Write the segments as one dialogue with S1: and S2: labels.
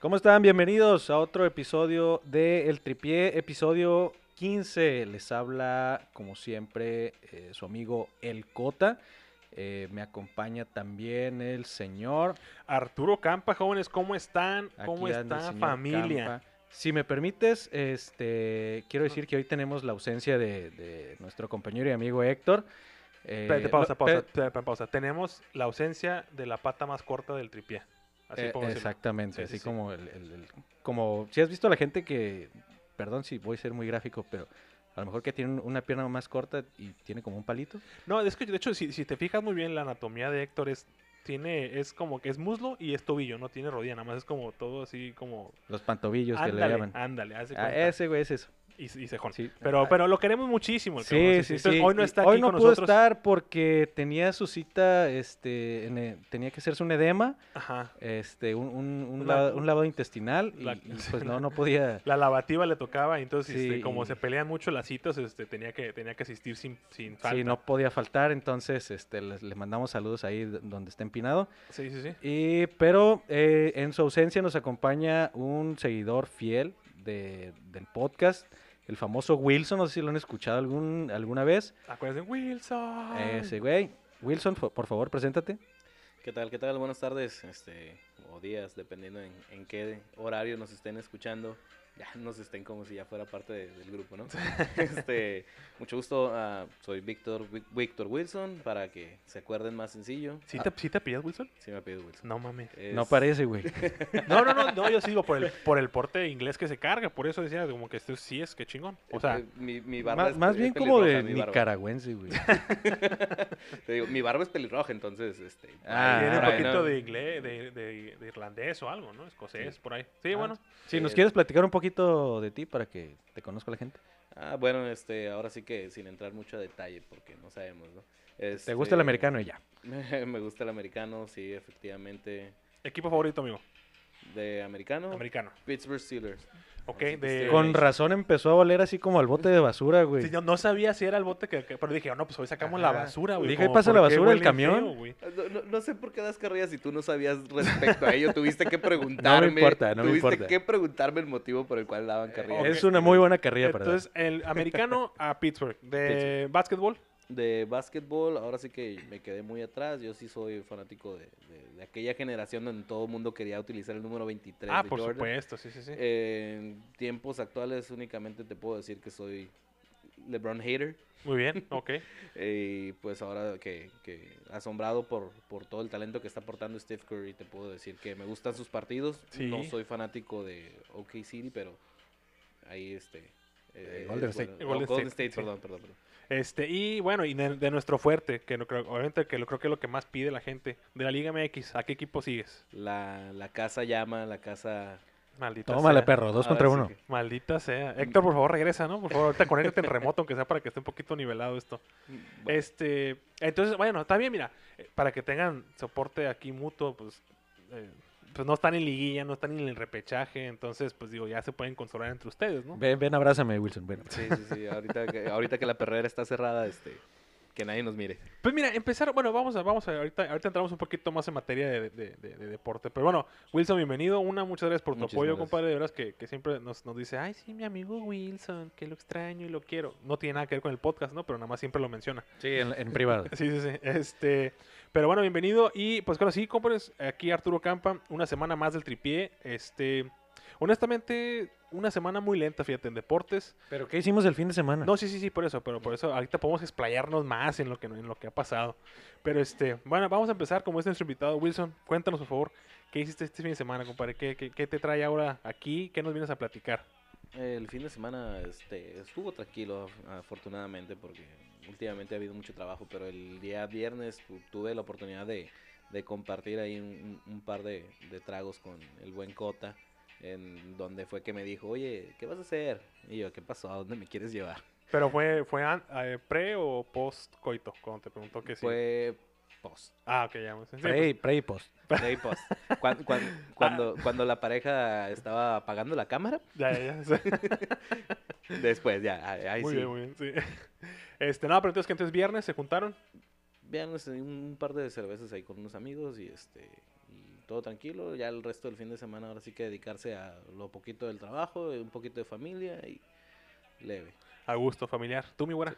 S1: ¿Cómo están? Bienvenidos a otro episodio de El Tripié, episodio 15. Les habla, como siempre, eh, su amigo El Cota. Eh, me acompaña también el señor.
S2: Arturo Campa, jóvenes, ¿cómo están?
S1: Aquí
S2: ¿Cómo
S1: anda el
S2: está
S1: señor
S2: familia?
S1: Campa. Si me permites, este, quiero decir que hoy tenemos la ausencia de, de nuestro compañero y amigo Héctor. Eh,
S2: Espérate, pausa,
S1: no,
S2: pausa,
S1: pe-
S2: espérate, pausa. Tenemos la ausencia de la pata más corta del tripié. Así
S1: Eh,
S2: podemos decirlo.
S1: exactamente,
S2: Sí, sí,
S1: así
S2: sí.
S1: como el, el- el- como si has visto a la gente que, perdón si voy a ser muy gráfico, pero a lo mejor que tiene un- una pierna más corta y tiene como un palito.
S2: No, es que de hecho, si, si te fijas muy bien, la anatomía de Héctor es, tiene, es como que es muslo y es tobillo, no tiene rodilla, nada más es como todo así como.
S1: Los pantobillos que le
S2: ándale,
S1: llaman.
S2: ándale, haz de
S1: Ah,
S2: cuenta.
S1: ese güey es eso.
S2: Y, y cejón.
S1: sí.
S2: Pero,
S1: Ah,
S2: pero lo queremos muchísimo. el
S1: Sí,
S2: cabrón,
S1: sí,
S2: Entonces,
S1: sí.
S2: Hoy no
S1: Y
S2: está
S1: hoy
S2: aquí
S1: no
S2: con
S1: pudo
S2: nosotros.
S1: estar porque tenía su cita, este, en el- tenía que hacerse un edema,
S2: Ajá.
S1: este, un, un, un
S2: La-
S1: lado- un lavado intestinal y-
S2: la-
S1: y, pues no, no podía.
S2: La lavativa le tocaba, entonces este,
S1: Sí,
S2: como
S1: y-
S2: se pelean mucho las citas, este, tenía que tenía que asistir sin, sin falta.
S1: Sí, no podía faltar, entonces este, les, les mandamos saludos ahí d- donde esté empinado.
S2: sí, sí, sí.
S1: Y, pero eh, en su ausencia nos acompaña un seguidor fiel de, del podcast, el famoso Wilson, no sé si lo han escuchado algún, alguna vez.
S2: Acuérdense, Wilson.
S1: Ese güey. Wilson, fo- por favor, preséntate.
S3: ¿Qué tal? ¿Qué tal? Buenas tardes, este, o días, dependiendo en, en qué horario nos estén escuchando. Ya nos estén como si ya fuera parte de- del grupo, ¿no? este, mucho gusto, ah, soy Víctor Wi- Víctor Wilson, para que se acuerden más sencillo.
S2: ¿Sí te, ¿Sí te pillas, Wilson?
S3: Sí me apellido Wilson.
S2: No mames.
S1: No
S3: Es-
S1: parece, güey.
S2: No, no, no, no, yo sigo por el, por el porte inglés que se carga, por eso decía como que esto sí es que chingón. O sea,
S3: eh, mi, mi barba
S1: Más,
S3: es-
S1: más
S3: es
S1: bien como
S3: pelirroja,
S1: de
S3: mi barba.
S1: nicaragüense, güey.
S3: Te digo, mi barba es pelirroja, entonces, este.
S1: Ah,
S2: tiene un
S1: right,
S2: poquito
S3: ¿no?
S2: de inglés, de, de- de irlandés o algo, ¿no? Escocés, por ahí. Sí,
S1: Ah,
S2: bueno.
S1: Si nos
S3: Eh,
S1: quieres platicar un poquito de ti para que te conozca la gente.
S3: Ah, bueno, este, ahora sí que sin entrar mucho a detalle, porque no sabemos, ¿no?
S1: ¿Te gusta el
S3: Este,
S1: americano y ya?
S3: me gusta el americano, sí, efectivamente.
S2: Equipo favorito, amigo.
S3: De americano.
S2: Americano.
S3: Pittsburgh Steelers.
S2: Ok,
S3: sí,
S2: de...
S3: sí.
S1: Con razón empezó a valer así como al bote de basura, güey.
S2: Sí, yo no sabía si era el bote que, que- pero dije, oh, no, pues hoy sacamos la
S1: Ajá.
S2: basura, güey.
S1: Dije, ahí
S2: como,
S1: pasa la
S2: ¿por qué
S1: basura del
S2: huele
S1: camión?
S2: feo, güey?
S3: Ah, No, no- no sé por qué das carreras si tú no sabías respecto a ello. Tuviste que preguntarme.
S1: importa, no me
S3: Tuviste
S1: importa.
S3: que preguntarme el motivo por el cual daban carreras.
S1: Es una muy buena carrera para
S2: Entonces, el americano a Pittsburgh. De básquetbol,
S3: De básquetbol, ahora sí que me quedé muy atrás. Yo sí soy fanático de, de- de aquella generación donde todo el mundo quería utilizar el número 23
S2: Ah,
S3: de
S2: por
S3: Jordan.
S2: supuesto, sí, sí, sí.
S3: Eh, en tiempos actuales únicamente te puedo decir que soy LeBron hater.
S2: Muy bien, ok.
S3: Y pues ahora que, que asombrado por, por todo el talento que está aportando Steve Curry, te puedo decir que me gustan sus partidos.
S2: Sí.
S3: No soy fanático de OK City, pero ahí este... eh,
S1: Golden
S3: es
S1: State.
S3: bueno.
S2: Golden
S3: Oh, Golden
S2: State,
S3: State,
S2: sí.
S3: perdón, perdón, perdón.
S2: Este, y bueno, y de, de nuestro fuerte, que no creo, obviamente que lo creo que es lo que más pide la gente, de la Liga MX, ¿a qué equipo sigues?
S3: La, la casa llama, la casa...
S2: Maldita
S1: Toma
S2: sea.
S1: la perro, dos
S3: ahora
S1: contra
S3: ah, sí
S1: uno.
S3: que-
S2: Maldita sea. Héctor, por favor, regresa, ¿no? Por favor, ahorita conéctate en remoto, aunque sea para que esté un poquito nivelado esto.
S3: Bueno,
S2: Este, entonces, bueno, está bien, mira, eh, para que tengan soporte aquí mutuo, pues, eh, pues no están en liguilla, no están en el repechaje, entonces, pues digo, ya se pueden consolar entre ustedes, ¿no?
S1: Ven, ven, abrázame, Wilson. Bueno,
S3: Sí, sí, sí. Ahorita que, ahorita que la perrera está cerrada, este, que nadie nos mire.
S2: Pues mira, empezar, bueno, vamos a, vamos a, ahorita, ahorita entramos un poquito más en materia de, de- de- de deporte. Pero bueno, Wilson, bienvenido. Una, muchas gracias por tu
S3: Muchísimas
S2: apoyo,
S3: gracias.
S2: compadre. De veras que, que siempre nos, nos dice, ay, sí, mi amigo Wilson, que lo extraño y lo quiero. No tiene nada que ver con el podcast, ¿no? Pero nada más siempre lo menciona.
S1: sí, en, en privado.
S2: Sí, sí, sí. Este, pero bueno, bienvenido. Y pues claro, sí, compadres, aquí Arturo Campa, una semana más del tripié. Este, honestamente, una semana muy lenta, fíjate, en deportes.
S1: ¿Pero qué hicimos el fin de semana?
S2: No, sí, sí, sí, por eso, pero por eso ahorita podemos explayarnos más en lo que, en lo que ha pasado. Pero este, bueno, vamos a empezar como es nuestro invitado Wilson. Cuéntanos, por favor, ¿qué hiciste este fin de semana, compadre? ¿Qué, qué, qué te trae ahora aquí? ¿Qué nos vienes a platicar?
S3: El fin de semana este, estuvo tranquilo, af- afortunadamente, porque últimamente ha habido mucho trabajo, pero el día viernes tu- tuve la oportunidad de, de compartir ahí un, un- un par de, de tragos con el buen Cota, en donde fue que me dijo, oye, ¿qué vas a hacer? Y yo, ¿qué pasó? ¿A dónde me quieres llevar?
S2: Pero fue, fue an- eh, pre o post coito, cuando te preguntó que sí.
S3: Fue post.
S2: Ah, ok, ya. sí, sí,
S1: Pre, pre y post.
S3: Play post. Cuan- cuan- Cuando,
S2: Ah.
S3: cuando, cuando la pareja estaba apagando la cámara,
S2: pues, ya, ya, ya, sí.
S3: Después, ya, ahí, ahí
S2: muy
S3: sí.
S2: bien, muy bien, sí. Este, no, pero entonces que entonces viernes se juntaron.
S3: Vean este, un, un par de cervezas ahí con unos amigos y este y todo tranquilo. Ya el resto del fin de semana ahora sí que dedicarse a lo poquito del trabajo, eh, un poquito de familia y leve.
S2: A gusto, familiar. Tú, mi güera.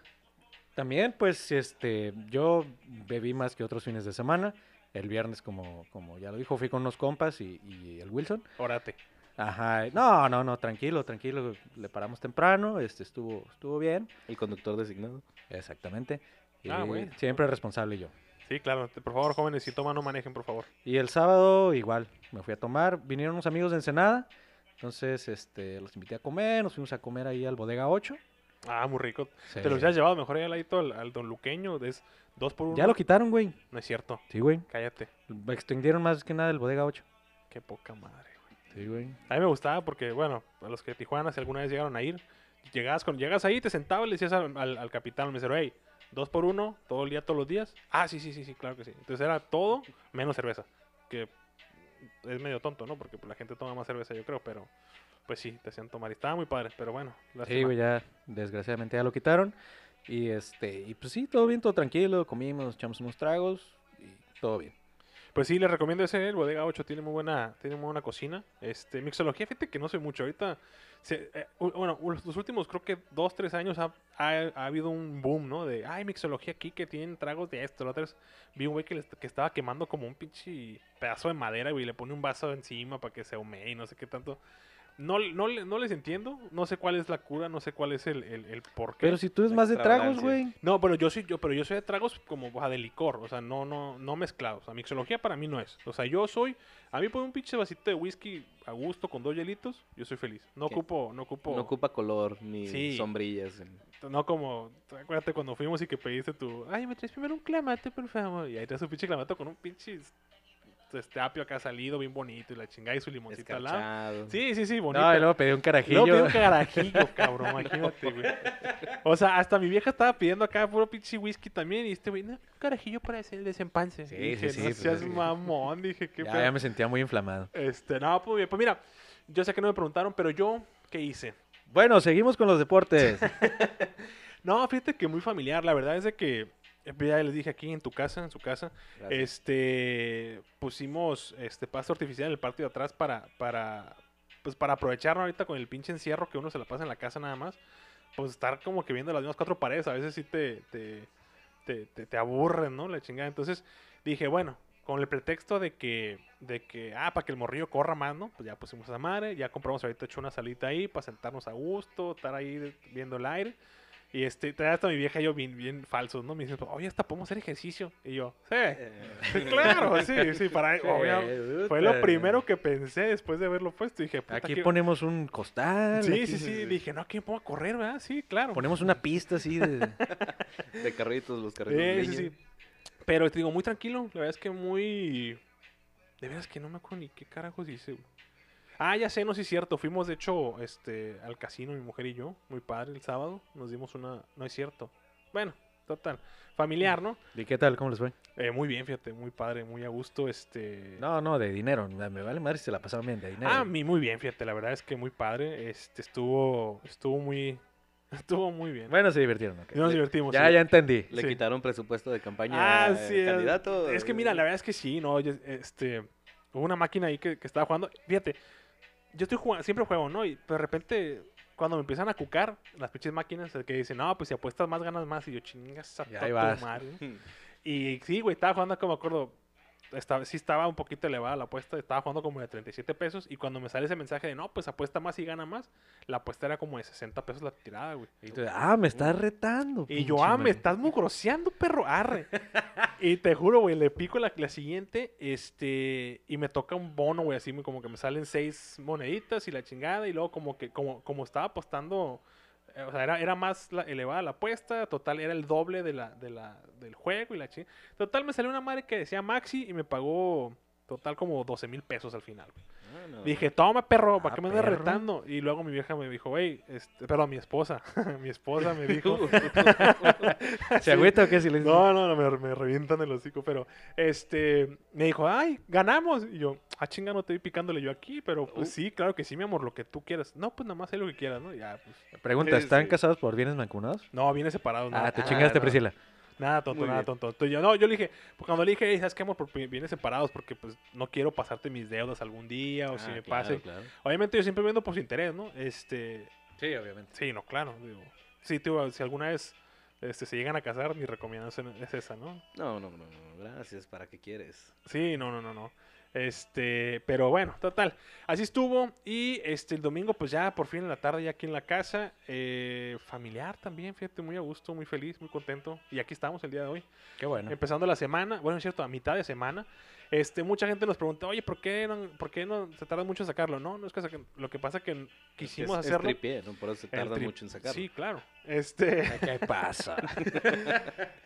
S1: También, pues, este, yo bebí más que otros fines de semana. El viernes, como, como ya lo dijo, fui con unos compas y, y el Wilson.
S2: Orate.
S1: Ajá. No, no, no, tranquilo, tranquilo. Le paramos temprano, este, estuvo, estuvo bien.
S3: El conductor designado.
S1: Exactamente.
S2: Ah,
S1: Y
S2: bueno.
S1: Siempre responsable yo.
S2: Sí, claro. te- Por favor, jóvenes, si toman, no manejen, por favor.
S1: Y el sábado igual, me fui a tomar, vinieron unos amigos de Ensenada, entonces este, los invité a comer, nos fuimos a comer ahí al Bodega 8.
S2: Ah, muy rico.
S1: Se-
S2: Te los has llevado mejor ahí al ladito al, al don Luqueño. Es dos por uno.
S1: Ya lo quitaron, güey.
S2: No es cierto.
S1: Sí, güey.
S2: Cállate.
S1: Extendieron más que nada el Bodega 8.
S2: Qué poca madre, güey.
S1: Sí, güey.
S2: A mí me gustaba porque, bueno, a los que de Tijuana, si alguna vez llegaron a ir, llegabas, con, llegas ahí, te sentabas, le decías al, al, al capitán, al mesero, hey, dos por uno, todo el día, todos los días. Ah, sí, sí, sí, sí, claro que sí. Entonces era todo menos cerveza. Que es medio tonto, ¿no? Porque pues, la gente toma más cerveza, yo creo, pero pues sí, te hacían tomar. Y estaba muy padre, pero bueno.
S1: Sí,
S2: lástima.
S1: güey, ya desgraciadamente ya lo quitaron. Y este, y pues sí, todo bien, todo tranquilo, comimos, echamos unos tragos y todo bien.
S2: Pues sí, les recomiendo ese, el Bodega 8 tiene muy buena, tiene muy buena cocina. Este, mixología, fíjate que no sé mucho ahorita. se- eh, u- bueno, u- los últimos creo que dos, tres años ha, ha- ha habido un boom, ¿no? De, ay, mixología aquí que tienen tragos de esto. La otra vez vi un güey que, les- que estaba quemando como un pinche pedazo de madera, güey, y le pone un vaso encima para que se humee y no sé qué tanto. No, no, le- no les entiendo, no sé cuál es la cura, no sé cuál es el, el, el por qué.
S1: Pero si tú eres más de tragos,
S3: Extravagancia.
S1: güey.
S2: No, pero yo soy, yo, pero yo soy de tragos como o sea, de licor, o sea, no, no, no mezclados. O sea, mixología para mí no es. O sea, yo soy, a mí por un pinche vasito de whisky a gusto con dos hielitos, yo soy feliz. No
S3: Sí.
S2: ocupo, no ocupo,
S3: No ocupa color ni
S2: Sí.
S3: sombrillas.
S2: no como, acuérdate cuando fuimos y que pediste tu, ay, me traes primero un clamato, por favor. Y ahí traes un pinche clamato con un pinche este apio acá salido, bien bonito, y la chingada y su limoncita al lado.
S3: Escarchado.
S2: Sí, sí, sí, bonito.
S1: No, y luego pedí un carajillo.
S2: Luego pidió un carajillo, cabrón,
S1: pues,
S2: imagínate, güey. O sea, hasta mi vieja estaba pidiendo acá puro pinche whisky también. Y este güey, no, un carajillo para hacer el desempance.
S1: Sí,
S2: Y dije,
S1: sí, sí,
S2: no
S1: pues,
S2: seas
S1: es que-
S2: mamón, dije, qué
S1: ya,
S2: pedo.
S1: ya me sentía muy inflamado.
S2: Este, no, pues bien. Pues mira, yo sé que no me preguntaron, pero yo, ¿qué hice?
S1: Bueno, seguimos con los deportes.
S2: No, fíjate que muy familiar. La verdad es de que, eh, ya les dije aquí en tu casa, en su casa,
S3: Gracias.
S2: este pusimos este pasto artificial en el patio de atrás para para pues para aprovecharnos ahorita con el pinche encierro que uno se la pasa en la casa nada más pues estar como que viendo las mismas cuatro paredes a veces sí te te, te, te- te aburren no la chingada entonces dije bueno con el pretexto de que de que ah para que el morrillo corra más no pues ya pusimos esa madre ya compramos ahorita hecho una salita ahí para sentarnos a gusto estar ahí viendo el aire y este, trae hasta mi vieja y yo bien, bien falsos, ¿no? Me dicen, oye, hasta podemos hacer ejercicio. Y yo, sí, Sí, claro, sí, sí, para obvia- Fue lo primero que pensé después de haberlo puesto. Dije, puta,
S1: Aquí
S2: ¿qué-
S1: ponemos un costal.
S2: Sí,
S1: aquí
S2: sí, sí. Dije, no, ¿qué puedo correr, verdad? Sí, claro.
S1: Ponemos una pista así de.
S3: De carritos, los
S2: Sí,
S3: carritos.
S2: sí, sí. Pero te digo, muy tranquilo. La verdad es que muy. De veras que no me acuerdo ni qué carajos hice. güey. Ah, ya sé, no, sí es cierto. Fuimos, de hecho, este, al casino, mi mujer y yo. Muy padre, el sábado. Nos dimos una. No es cierto. Bueno, total. Familiar, ¿no?
S1: ¿Y qué tal? ¿Cómo les fue?
S2: Eh, muy bien, fíjate, muy padre, muy a gusto. Este.
S1: No, no, de dinero. Me me vale madre si se la pasaron bien de dinero.
S2: Ah, mi- muy bien, fíjate, la verdad es que muy padre. Este estuvo estuvo muy estuvo muy bien.
S1: Bueno, se divirtieron. ok.
S2: Y nos divertimos.
S1: Ya,
S2: sí.
S1: ya entendí.
S3: Le
S2: Sí.
S3: quitaron presupuesto de campaña
S2: Ah,
S3: al
S2: sí, es-
S3: candidato.
S2: Es que mira, la verdad es que sí, no, yo- este hubo una máquina ahí que, que estaba jugando. Fíjate, yo estoy jugando, siempre juego, ¿no? Y pero de repente cuando me empiezan a cucar las pinches máquinas el que dicen, "No, pues si apuestas más ganas más." Y yo, "Chingas a
S1: Y ahí
S2: toda tu
S1: vas.
S2: madre". Y sí, güey, estaba jugando como me acuerdo. Estaba, sí estaba un poquito elevada la apuesta, estaba jugando como de 37 pesos y cuando me sale ese mensaje de no, pues apuesta más y gana más, la apuesta era como de 60 pesos la tirada, güey.
S1: Y tú, ah, me estás retando.
S2: Y yo,
S1: pinche
S2: ah, me
S1: madre.
S2: estás mugroseando, perro, arre. y te juro, güey, le pico la, la siguiente, este, y me toca un bono, güey, así me- como que me salen seis moneditas y la chingada, y luego como que, como, como estaba apostando, eh, o sea, era, era más la- elevada la apuesta, total, era el doble de la, de la, del juego y la chingada. Total, me salió una madre que decía Maxi y me pagó, total, como 12 mil pesos al final, güey.
S3: Ah, no.
S2: Dije, toma perro, ¿para
S1: Ah,
S2: qué me andas
S1: perro.
S2: retando? Y luego mi vieja me dijo, hey, este, perdón, mi esposa, mi esposa me dijo,
S1: ¿Se agüita o qué? Si le dices-
S2: no, no, no, me, me revientan el hocico, pero, este, me dijo, ay, ganamos. Y yo, ah, chinga, no te vi picándole yo aquí, pero pues
S3: Uh.
S2: sí, claro que sí, mi amor, lo que tú quieras. No, pues nada más haz lo que quieras, ¿no? Ya, pues,
S1: Pregunta, ¿están
S2: Sí, sí.
S1: casados por bienes mancunados?
S2: no, viene separado.
S1: Ah, te
S3: ah,
S1: chingaste,
S3: no.
S1: Priscila.
S2: Nada, tonto,
S3: Muy
S2: nada,
S3: bien.
S2: tonto. Entonces yo, no, yo le dije, pues, cuando le dije, "Ey, ¿sabes qué, amor? Porque vienes separados, porque pues no quiero pasarte mis deudas algún día, o si
S3: Ah,
S2: me
S3: claro,
S2: pase.
S3: claro.
S2: Obviamente yo siempre viendo por su interés, ¿no? Este,
S1: Sí, obviamente.
S2: sí, no, claro, digo. Sí, tío, si alguna vez este, se llegan a casar, mi recomendación es esa, ¿no?
S3: No, no, no, no, gracias, ¿para qué quieres?
S2: Sí, no, no, no, no. Este, pero bueno, total. Así estuvo. Y este, el domingo, pues ya por fin en la tarde, ya aquí en la casa. eh, familiar también, fíjate, muy a gusto, muy feliz, muy contento. Y aquí estamos el día de hoy.
S1: Qué bueno.
S2: Empezando la semana, bueno, es cierto, a mitad de semana, este, mucha gente nos pregunta, oye, ¿por qué no, por qué no se tarda mucho en sacarlo? No, no es cosa que lo que pasa es que quisimos
S3: es,
S2: hacerlo.
S3: Es tripié, ¿no? Por eso se
S2: el
S3: tarda
S2: tri-
S3: mucho en sacarlo.
S2: Sí, claro. Este,
S1: ¿Qué pasa?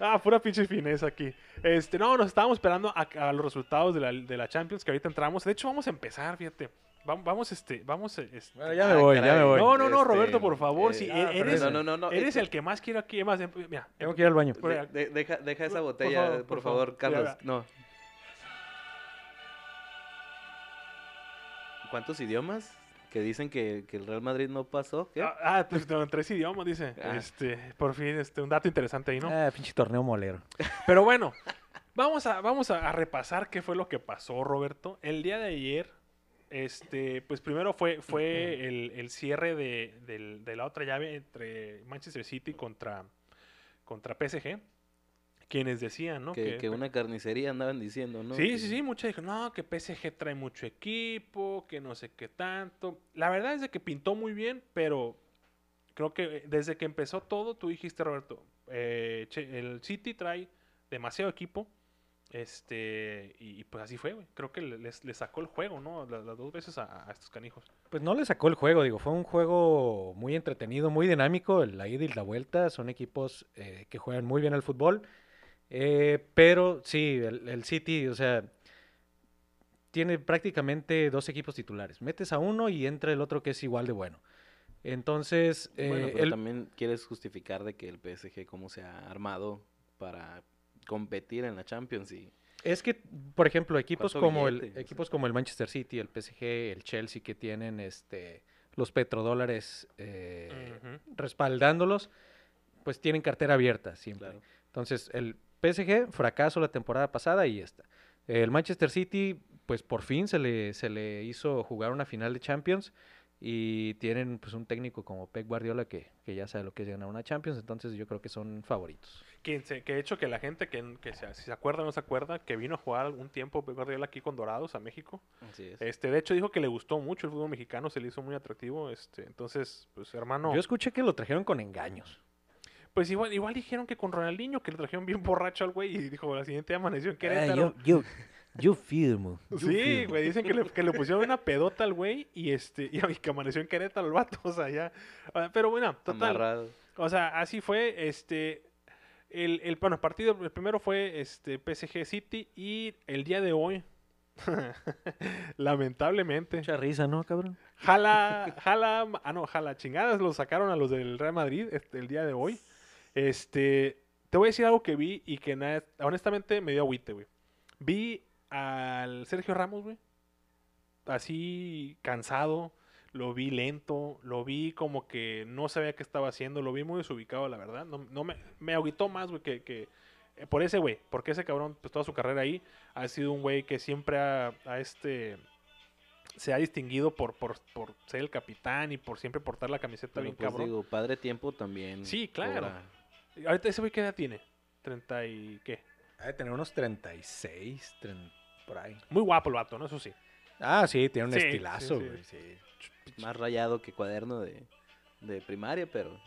S2: ah, pura pinche fineza aquí. Este, no, nos estábamos esperando a, a los resultados de la, de la Champions que ahorita entramos. De hecho, vamos a empezar, fíjate. Va- Vamos, este, vamos, eh, este.
S1: Bueno, ya me
S3: Ah,
S1: voy, ya
S3: caray.
S1: me voy.
S2: No, no, no,
S3: Este,
S2: Roberto, por favor, sí,
S3: ah,
S2: e- eres-
S3: perdón, no, no, no,
S2: Eres
S3: este-
S2: el que más quiero aquí. Es más, em- mira,
S1: Tengo que ir al baño.
S2: Por
S3: de-
S2: acá.
S3: de- deja, deja esa
S2: Por- por
S3: botella, por
S2: favor,
S3: favor,
S2: por favor.
S3: Carlos.
S2: Ya, ya.
S3: No. ¿Cuántos idiomas que dicen que, que el Real Madrid no pasó? ¿Qué?
S2: ah, ah, pues, no, en tres idiomas, dice.
S3: Ah.
S2: Este, por fin, este, un dato interesante ahí, ¿no?
S1: Ah, pinche torneo molero.
S2: Pero bueno, vamos a, vamos a, a repasar qué fue lo que pasó, Roberto. El día de ayer, este, pues primero fue, fue el, el cierre de, del- de la otra llave entre Manchester City contra, contra PSG, quienes decían, ¿no?
S3: que, que una carnicería andaban diciendo, ¿no?
S2: Sí,
S3: Que-
S2: sí, sí, muchos dijeron, no, que PSG trae mucho equipo, que no sé qué tanto. La verdad es de que pintó muy bien, pero creo que eh, desde que empezó todo, tú dijiste, Roberto, eh, che, el City trae demasiado equipo. Este, y, y pues así fue, güey. Creo que le- les, les sacó el juego, ¿no? La- Las, dos veces a, a estos canijos.
S1: Pues no le sacó el juego, digo, fue un juego muy entretenido, muy dinámico, el- la ida y la vuelta, son equipos eh, que juegan muy bien al fútbol, eh, pero sí, el, el City, o sea, tiene prácticamente dos equipos titulares, metes a uno y entra el otro que es igual de bueno. Entonces, eh,
S3: Bueno, pero
S1: el-
S3: también quieres justificar de que el PSG cómo se ha armado para competir en la Champions y...
S1: es que, por ejemplo, equipos
S3: ¿Cuánto
S1: como, el,
S3: billete? O sea.
S1: equipos como el Manchester City, el PSG, el Chelsea, que tienen este, los petrodólares eh,
S2: Ujú.
S1: respaldándolos, pues tienen cartera abierta siempre.
S3: Claro.
S1: Entonces, el PSG, fracaso la temporada pasada y esta. El Manchester City, pues por fin se le, se le hizo jugar una final de Champions y tienen pues un técnico como Pep Guardiola que, que ya sabe lo que es ganar una Champions, entonces yo creo que son favoritos.
S2: Que, se- que de hecho que la gente que, que se- si se acuerda o no se acuerda, que vino a jugar algún tiempo Pep Guardiola aquí con Dorados a México.
S3: Así es.
S2: Este, de hecho dijo que le gustó mucho el fútbol mexicano, se le hizo muy atractivo, este, entonces, pues hermano,
S1: Yo escuché que lo trajeron con engaños.
S2: pues igual, igual dijeron que con Ronaldinho, que lo trajeron bien borracho al güey, y dijo, la siguiente amaneció en Querétaro.
S1: yo, firmo.
S2: sí, güey, dicen que le, que le pusieron una pedota al güey, y este, y, y que amaneció en Querétaro el vato, o sea, ya, ah, pero bueno, total,
S3: Amarrado.
S2: o sea, así fue, este, el, el, bueno, partido, el primero fue, este, PSG City, y el día de hoy, lamentablemente,
S1: Mucha risa, ¿no, cabrón?
S2: Jala, jala, ah no, jala, chingadas, los sacaron a los del Real Madrid este, el día de hoy. Este, te voy a decir algo que vi y que nada, honestamente me dio agüite, güey. Vi al Sergio Ramos, güey, así cansado, lo vi lento, lo vi como que no sabía qué estaba haciendo, lo vi muy desubicado, la verdad. No, no me, me agüitó más, güey, que, que- eh, por ese güey, porque ese cabrón, pues toda su carrera ahí, ha sido un güey que siempre ha, ha, este se ha distinguido por, por, por ser el capitán y por siempre portar la camiseta
S3: Pero
S2: bien
S3: pues
S2: cabrón.
S3: digo, padre tiempo también.
S2: Sí, claro.
S3: cobra.
S2: Ahorita ese güey qué edad tiene? 30 y qué?
S1: Ha de tener unos 36, 30, por ahí.
S2: Muy guapo el vato, ¿no? Eso sí.
S1: Ah, sí, tiene un
S2: Sí, sí,
S1: estilazo,
S2: sí.
S1: güey. sí.
S3: Más rayado que cuaderno de, de primaria, pero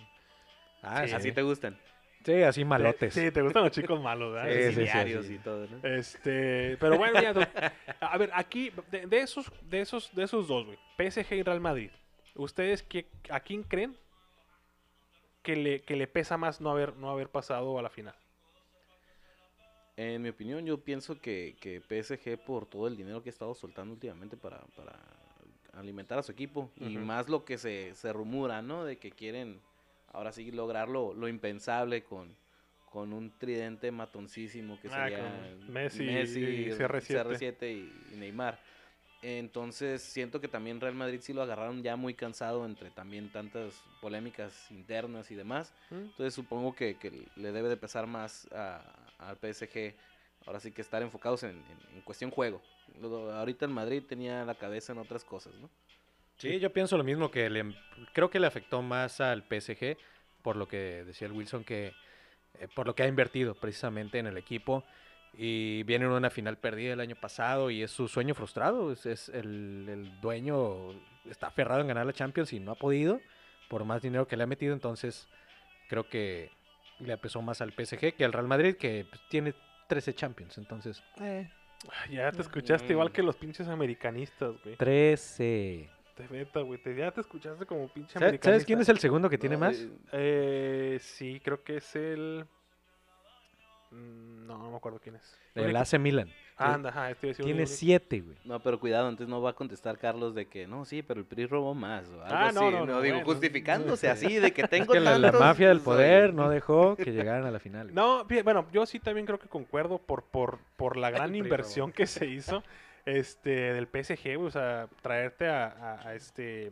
S1: Ah,
S2: Sí.
S1: sí.
S3: así te gustan.
S1: Sí, así malotes.
S2: Sí, te gustan los chicos malos, ¿verdad?
S1: Sí,
S3: Así
S1: sí, sí,
S3: diarios
S1: sí.
S3: y todo, ¿no?
S2: Este, pero bueno, mira, do- a ver, aquí de, de esos de esos de esos dos, güey, PSG y Real Madrid. ¿Ustedes qué, a quién creen que le, que le pesa más no haber no haber pasado a la final?
S3: En mi opinión, yo pienso que, que PSG, por todo el dinero que ha estado soltando últimamente para, para alimentar a su equipo. Y
S2: Ujú.
S3: más lo que se, se rumora, ¿no? De que quieren ahora sí lograr lo, lo impensable con, con un tridente matoncísimo que
S2: Ah,
S3: sería
S2: con Messi y CR7.
S3: CR7 y- y Neymar. Entonces siento que también Real Madrid sí lo agarraron ya muy cansado entre también tantas polémicas internas y demás.
S2: ¿Mm?
S3: Entonces supongo que, que le debe de pesar más a- al PSG. Ahora sí que estar enfocados en, en- en cuestión juego. Lo- Ahorita el Madrid tenía la cabeza en otras cosas, ¿no?
S1: Sí, yo pienso lo mismo que le, em, creo que le afectó más al PSG por lo que decía el Wilson que eh, por lo que ha invertido precisamente en el equipo y viene en una final perdida el año pasado y es su sueño frustrado, es, es el, el dueño está aferrado en ganar la Champions y no ha podido por más dinero que le ha metido, entonces creo que le pesó más al PSG que al Real Madrid que pues, tiene 13 Champions, entonces eh,
S2: Ay, Ya te
S1: Mm.
S2: escuchaste igual que los pinches americanistas, güey.
S1: 13.
S2: Te neta, güey. te- Ya te escuchaste como pinche
S1: ¿Sabes,
S2: americanista.
S1: sabes quién es el segundo que tiene
S3: No,
S1: más?
S3: eh,
S2: Eh, sí, creo que es el... Mm, No, no me acuerdo quién es. ah,
S1: El AC Milan.
S2: Anda, ajá, estoy diciendo...
S1: Tiene siete, güey.
S3: No, pero cuidado, antes no va a contestar Carlos de que no, sí, pero el PRI robó más. O algo
S2: Ah, no,
S3: así.
S2: no, no,
S3: digo,
S2: bueno.
S3: justificándose así, de que tengo
S1: Es que la, la
S3: tantos,
S1: mafia del
S3: soy-
S1: poder no dejó que llegaran a la final. güey.
S2: No, bien, bueno, yo sí también creo que concuerdo por, por, por la gran
S1: PRI
S2: inversión que se hizo este, del PSG, güey, o sea, traerte a, a- a este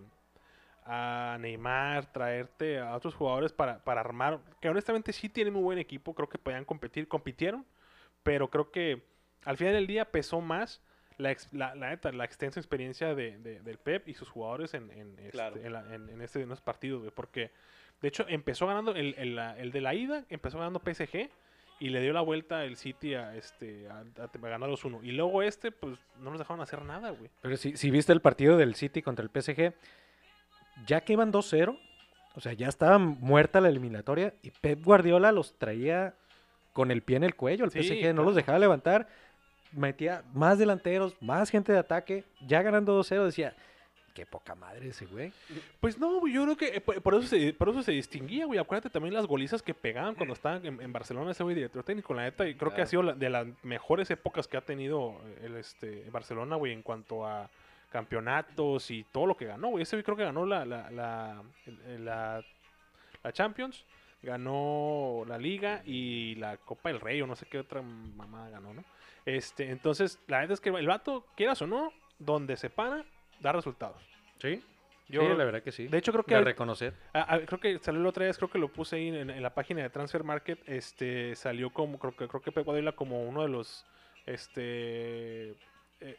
S2: a Neymar, traerte a otros jugadores para, para armar, que honestamente sí tienen muy buen equipo, creo que podían competir, compitieron, pero creo que al final del día pesó más la, ex- la, la neta, la extensa experiencia de, de- del Pep y sus jugadores en, en, este,
S3: Claro.
S2: en la- en- en este, en los partidos, güey, porque de hecho empezó ganando el, el- la- el de la ida, empezó ganando PSG y le dio la vuelta el City a este a, a- a ganar los 1 y luego este pues no nos dejaron hacer nada, güey.
S1: Pero si, si viste el partido del City contra el PSG, ya que iban 2-0, o sea, ya estaba muerta la eliminatoria y Pep Guardiola los traía con el pie en el cuello. El
S2: Sí,
S1: PSG no
S2: claro.
S1: los dejaba levantar, metía más delanteros, más gente de ataque. Ya ganando 2-0, decía, qué poca madre ese güey.
S2: Pues no, güey, yo creo que eh, por, por eso se, por eso se distinguía, güey. Acuérdate también las golizas que pegaban cuando estaban en, en Barcelona ese güey director técnico, la neta. Y creo que ha
S3: Claro.
S2: sido la- de las mejores épocas que ha tenido el este Barcelona, güey, en cuanto a campeonatos y todo lo que ganó, güey. Ese güey creo que ganó la, la, la, el- la, la Champions, ganó la Liga y la Copa del Rey, o no sé qué otra mamada ganó, ¿no? Este, entonces, la neta es que el vato, quieras o no, donde se para, da resultados.
S1: Sí,
S2: Yo creo-
S1: verdad que sí.
S2: de hecho, creo que
S1: De
S2: hay-
S1: reconocer.
S2: Ah, ah, creo que salió la otra vez, creo que lo puse ahí en, en la página de Transfer Market. Este salió como, creo que creo que Pep Guardiola como uno de los este eh,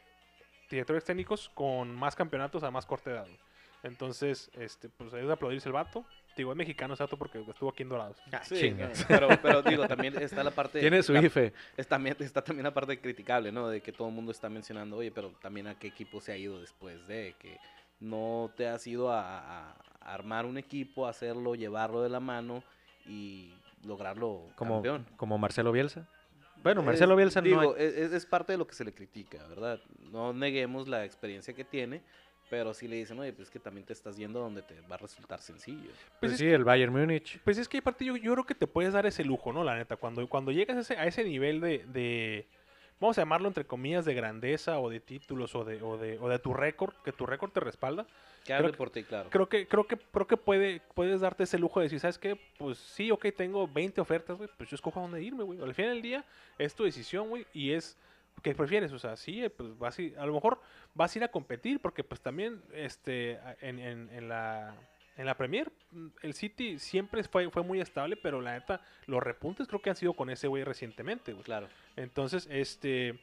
S2: directores técnicos con más campeonatos a más corta edad. güey. Entonces, este, pues es de aplaudirse el vato. Digo, es mexicano ese vato porque estuvo aquí en Dorados.
S3: Sí,
S1: Chinga.
S3: no, Ah, pero, pero digo, también está la parte.
S1: Ah, Tiene su E.
S3: la-
S1: IFE.
S3: es también, está también la parte criticable, ¿no? De que todo el mundo está mencionando, oye, pero también a qué equipo se ha ido después de que no te has ido a, a- a armar un equipo, hacerlo, llevarlo de la mano y lograrlo
S1: Como,
S3: campeón.
S1: como Marcelo Bielsa. Bueno, Marcelo
S3: Es-
S1: Bielsa no.
S3: digo,
S2: pues
S1: hay-
S3: es, es- es parte de lo que se le critica, ¿verdad? No neguemos la experiencia que tiene, pero sí le dicen, oye, pues es que también te estás yendo donde te va a resultar sencillo.
S1: pues
S2: es
S1: sí, el Bayern Múnich.
S2: Pues es que hay partido, yo creo que te puedes dar ese lujo, ¿no? La neta, cuando, cuando llegas a ese, a ese nivel de, de- vamos a llamarlo entre comillas, de grandeza o de títulos o de, o de, o de tu récord, que tu récord te respalda,
S3: Que hable
S2: que-
S3: por ti, claro.
S2: Creo que, creo que, creo que puede, puedes darte ese lujo de decir, ¿sabes qué? Pues sí, ok, tengo 20 ofertas, güey, pues yo escojo a dónde irme, güey. Al final del día es tu decisión, güey, y es que prefieres, o sea, sí, eh, pues vas a, ir- a lo mejor vas a ir a competir, porque pues también este, a- en, en- en la, en la Premier, mm, el City siempre fue, fue muy estable, pero la neta, los repuntes creo que han sido con ese güey recientemente, güey.
S3: Claro.
S2: Entonces, este.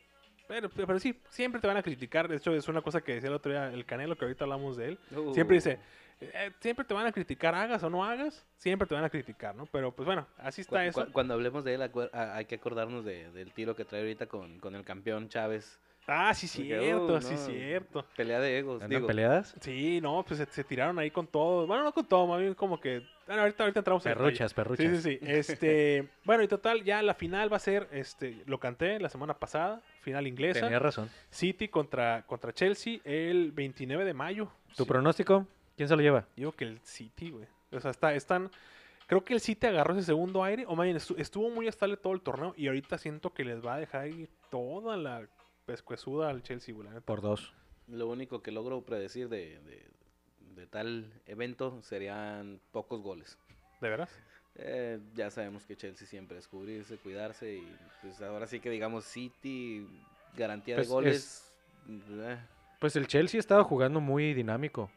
S2: Pero, pero sí, siempre te van a criticar. De hecho, es una cosa que decía el otro día el Canelo, que ahorita hablamos de él. Siempre dice, "Eh, siempre te van a criticar, hagas o no hagas, siempre te van a criticar, ¿no? Pero pues bueno, así
S3: Cu-
S2: está
S3: cu-
S2: eso.
S3: cuando hablemos de él, acuer- a- hay que acordarnos de- del tiro que trae ahorita con, con el campeón Chávez.
S2: Ah, sí,
S3: Porque,
S2: cierto,
S3: uh,
S2: sí,
S3: no.
S2: cierto.
S3: Pelea de egos,
S1: ¿Andan
S3: digo.
S1: peleadas?
S2: Pues Sí, no, pues se, se tiraron ahí con todo. Bueno, no con todo, más bien como que. Bueno, ahorita, ahorita entramos en detalle.
S1: Perruchas, perruchas.
S2: Sí, sí, sí. Este, bueno, y total, ya la final va a ser, este, lo canté la semana pasada, final inglesa.
S1: Tenía razón.
S2: City contra, contra Chelsea el 29 de mayo.
S1: ¿Tu
S2: Sí.
S1: pronóstico? ¿Quién se lo lleva?
S2: Digo que el City, güey. O sea, está, están. Creo que el City agarró ese segundo aire. O más bien, estu- estuvo muy estable todo el torneo. Y ahorita siento que les va a dejar ahí toda la pescuezuda al Chelsea, güey. la neta.
S1: Por dos.
S3: Lo único que logro predecir de, de- de tal evento serían pocos goles.
S2: ¿De veras?
S3: Eh, ya sabemos que Chelsea siempre es cubrirse, cuidarse y pues ahora sí que digamos City, garantía
S1: Pues,
S3: de goles. eh,
S1: Pues el Chelsea estaba jugando muy dinámico.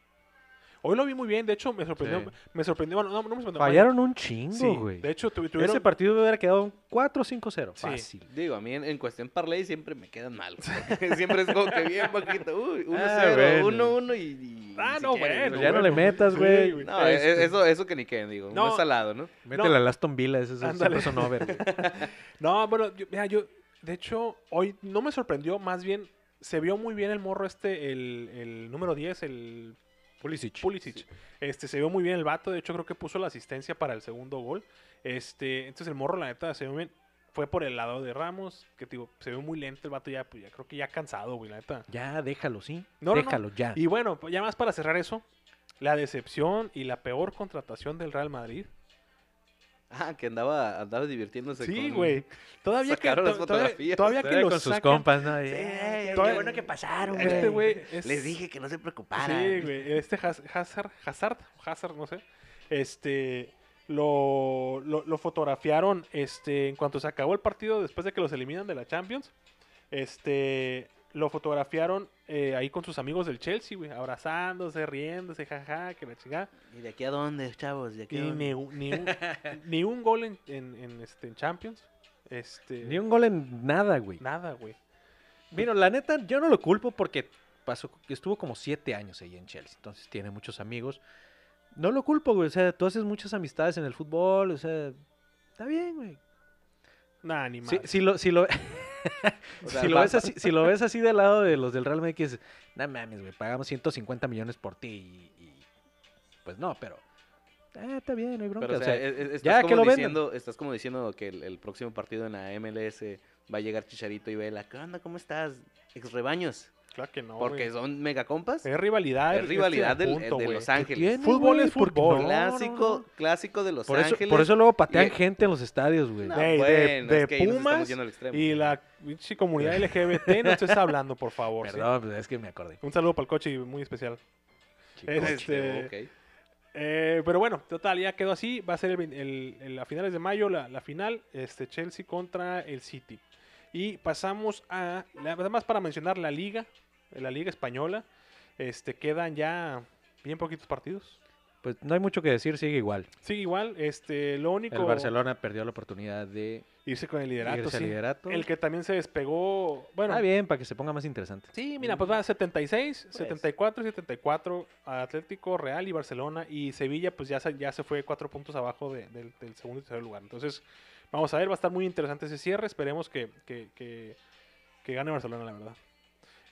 S2: Hoy lo vi muy bien, de hecho me sorprendió.
S1: Sí.
S2: Me sorprendió, bueno, no, no me sorprendió.
S1: Fallaron un
S2: Sí,
S1: chingo, güey.
S2: de hecho tuvi-
S1: Ese
S2: tuvieron...
S1: partido hubiera quedado un 4-5-0.
S2: Sí. Pues
S1: Fácil.
S3: Digo, a mí en, en cuestión parlay siempre me quedan mal. porque siempre es como que bien poquito. Uy, 1-0, 1-1
S1: bueno.
S3: y, y
S2: Ah,
S3: ni
S2: no,
S3: siquiera,
S2: bueno,
S3: ¿no?
S1: Pues ya no le metas,
S2: Sí,
S1: güey.
S2: güey.
S3: No, e- e- eso, eso que ni queden, digo.
S2: No.
S3: No es salado, ¿no?
S1: Métela
S2: No.
S1: al Aston Villa, ese es siempre
S2: Ándale.
S1: son over. güey.
S2: No, bueno, yo- mira, yo, de hecho, hoy no me sorprendió, más bien se vio muy bien el morro este, el, el número 10, el
S1: Pulisic.
S2: Pulisic. Este, se vio muy bien el vato, de hecho creo que puso la asistencia para el segundo gol. Este, entonces el morro, la neta, se vio bien. Fue por el lado de Ramos, que digo, se vio muy lento el vato ya, pues ya creo que ya cansado, güey, la neta.
S1: Ya, déjalo, sí.
S2: No, no, no.
S1: déjalo ya.
S2: Y bueno, pues ya más para cerrar eso, la decepción y la peor contratación del Real Madrid.
S3: Ah, que andaba, andaba divirtiéndose.
S2: Sí,
S3: con-
S2: güey. Todavía que,
S3: Sacaron las
S2: to- todavía,
S3: fotografías.
S2: todavía que
S1: Todavía
S2: lo
S1: con sus
S2: sacan-
S1: compas, ¿no?
S2: Sí,
S1: Eh,
S2: qué
S1: todavía-
S2: bueno que
S1: pasaron,
S2: Este güey es-
S3: Les dije que no se preocuparan.
S2: Sí, güey. Este Haz- Hazard, Hazard, Hazard, no sé. Este lo, lo, lo fotografiaron este en cuanto se acabó el partido después de que los eliminan de la Champions. Este lo fotografiaron eh, ahí con sus amigos del Chelsea, güey, abrazándose, riéndose, jaja, que la chingada.
S3: ¿Y de aquí a dónde, chavos? ¿De aquí
S2: Y
S3: a dónde?
S2: ni, un- ni un, ni un gol en, en- en, este, en Champions. Este,
S1: Ni un gol en nada, güey.
S2: Nada, güey.
S1: Mira, la neta, yo no lo culpo porque pasó, estuvo como siete años ahí en Chelsea, entonces tiene muchos amigos. No lo culpo, güey. O sea, tú haces muchas amistades en el fútbol, o sea, está bien, güey.
S2: Nada, ni más.
S1: Si, si lo, si, lo,
S3: O sea,
S1: si, lo
S3: va-
S1: ves así, si lo ves así del lado de los del Real Madrid, que es, no mames, güey, pagamos 150 millones por ti y, y, pues no, pero eh, está bien, no hay bronca.
S3: Pero, o
S1: o
S3: sea,
S1: sea,
S3: es- es- estás,
S1: ya que
S3: como
S1: lo vendan.
S3: diciendo, estás como diciendo que el, el próximo partido en la MLS va a llegar Chicharito y Vela. ¿Qué onda? ¿Cómo estás? Ex rebaños.
S2: Claro que no. güey.
S3: porque
S2: Eh,
S3: son mega compas.
S2: es rivalidad.
S3: Es rivalidad
S2: este,
S3: del-
S2: punto,
S3: de
S2: güey.
S3: Los Ángeles.
S1: tiene,
S2: Fútbol
S1: güey?
S2: es
S1: Porque
S2: fútbol.
S1: no, no,
S3: Clásico, clásico de Los
S1: Por eso,
S3: Ángeles.
S1: por eso luego patean
S3: Y-
S1: gente en los estadios, güey.
S3: No,
S2: Ey, de-
S3: bueno,
S2: de
S3: es que ahí nos estamos
S2: Pumas
S3: yendo al extremo.
S2: Y la pinche comunidad LGBT no estés hablando, por favor. ¿sí?
S1: Perdón, pues, es que me acordé.
S2: Un saludo para el coche muy especial.
S1: Chico,
S2: es
S3: Ok,
S2: este-
S3: ok.
S2: Eh, pero bueno, total, ya quedó así. Va a ser el, vein- el- el- a finales de mayo la, la final. Este Chelsea contra el City. Y pasamos a. la- Nada más para mencionar la liga. La liga española. Este quedan ya bien poquitos partidos.
S1: Pues no hay mucho que decir, sigue igual.
S2: Sigue igual. Este, lo único.
S1: El Barcelona perdió la oportunidad de
S2: Irse con el liderato.
S1: irse al
S2: sí.
S1: liderato.
S2: El que también se despegó. Bueno,
S3: Ah,
S1: Está bien, para que se ponga más interesante.
S2: Sí, mira, pues va 76, 74, 74, Atlético, Real y Barcelona. Y Sevilla, pues ya se, ya se fue cuatro puntos abajo de- del, del segundo y tercer lugar. Entonces, vamos a ver, va a estar muy interesante ese cierre. Esperemos que, que, que- que gane Barcelona, la verdad.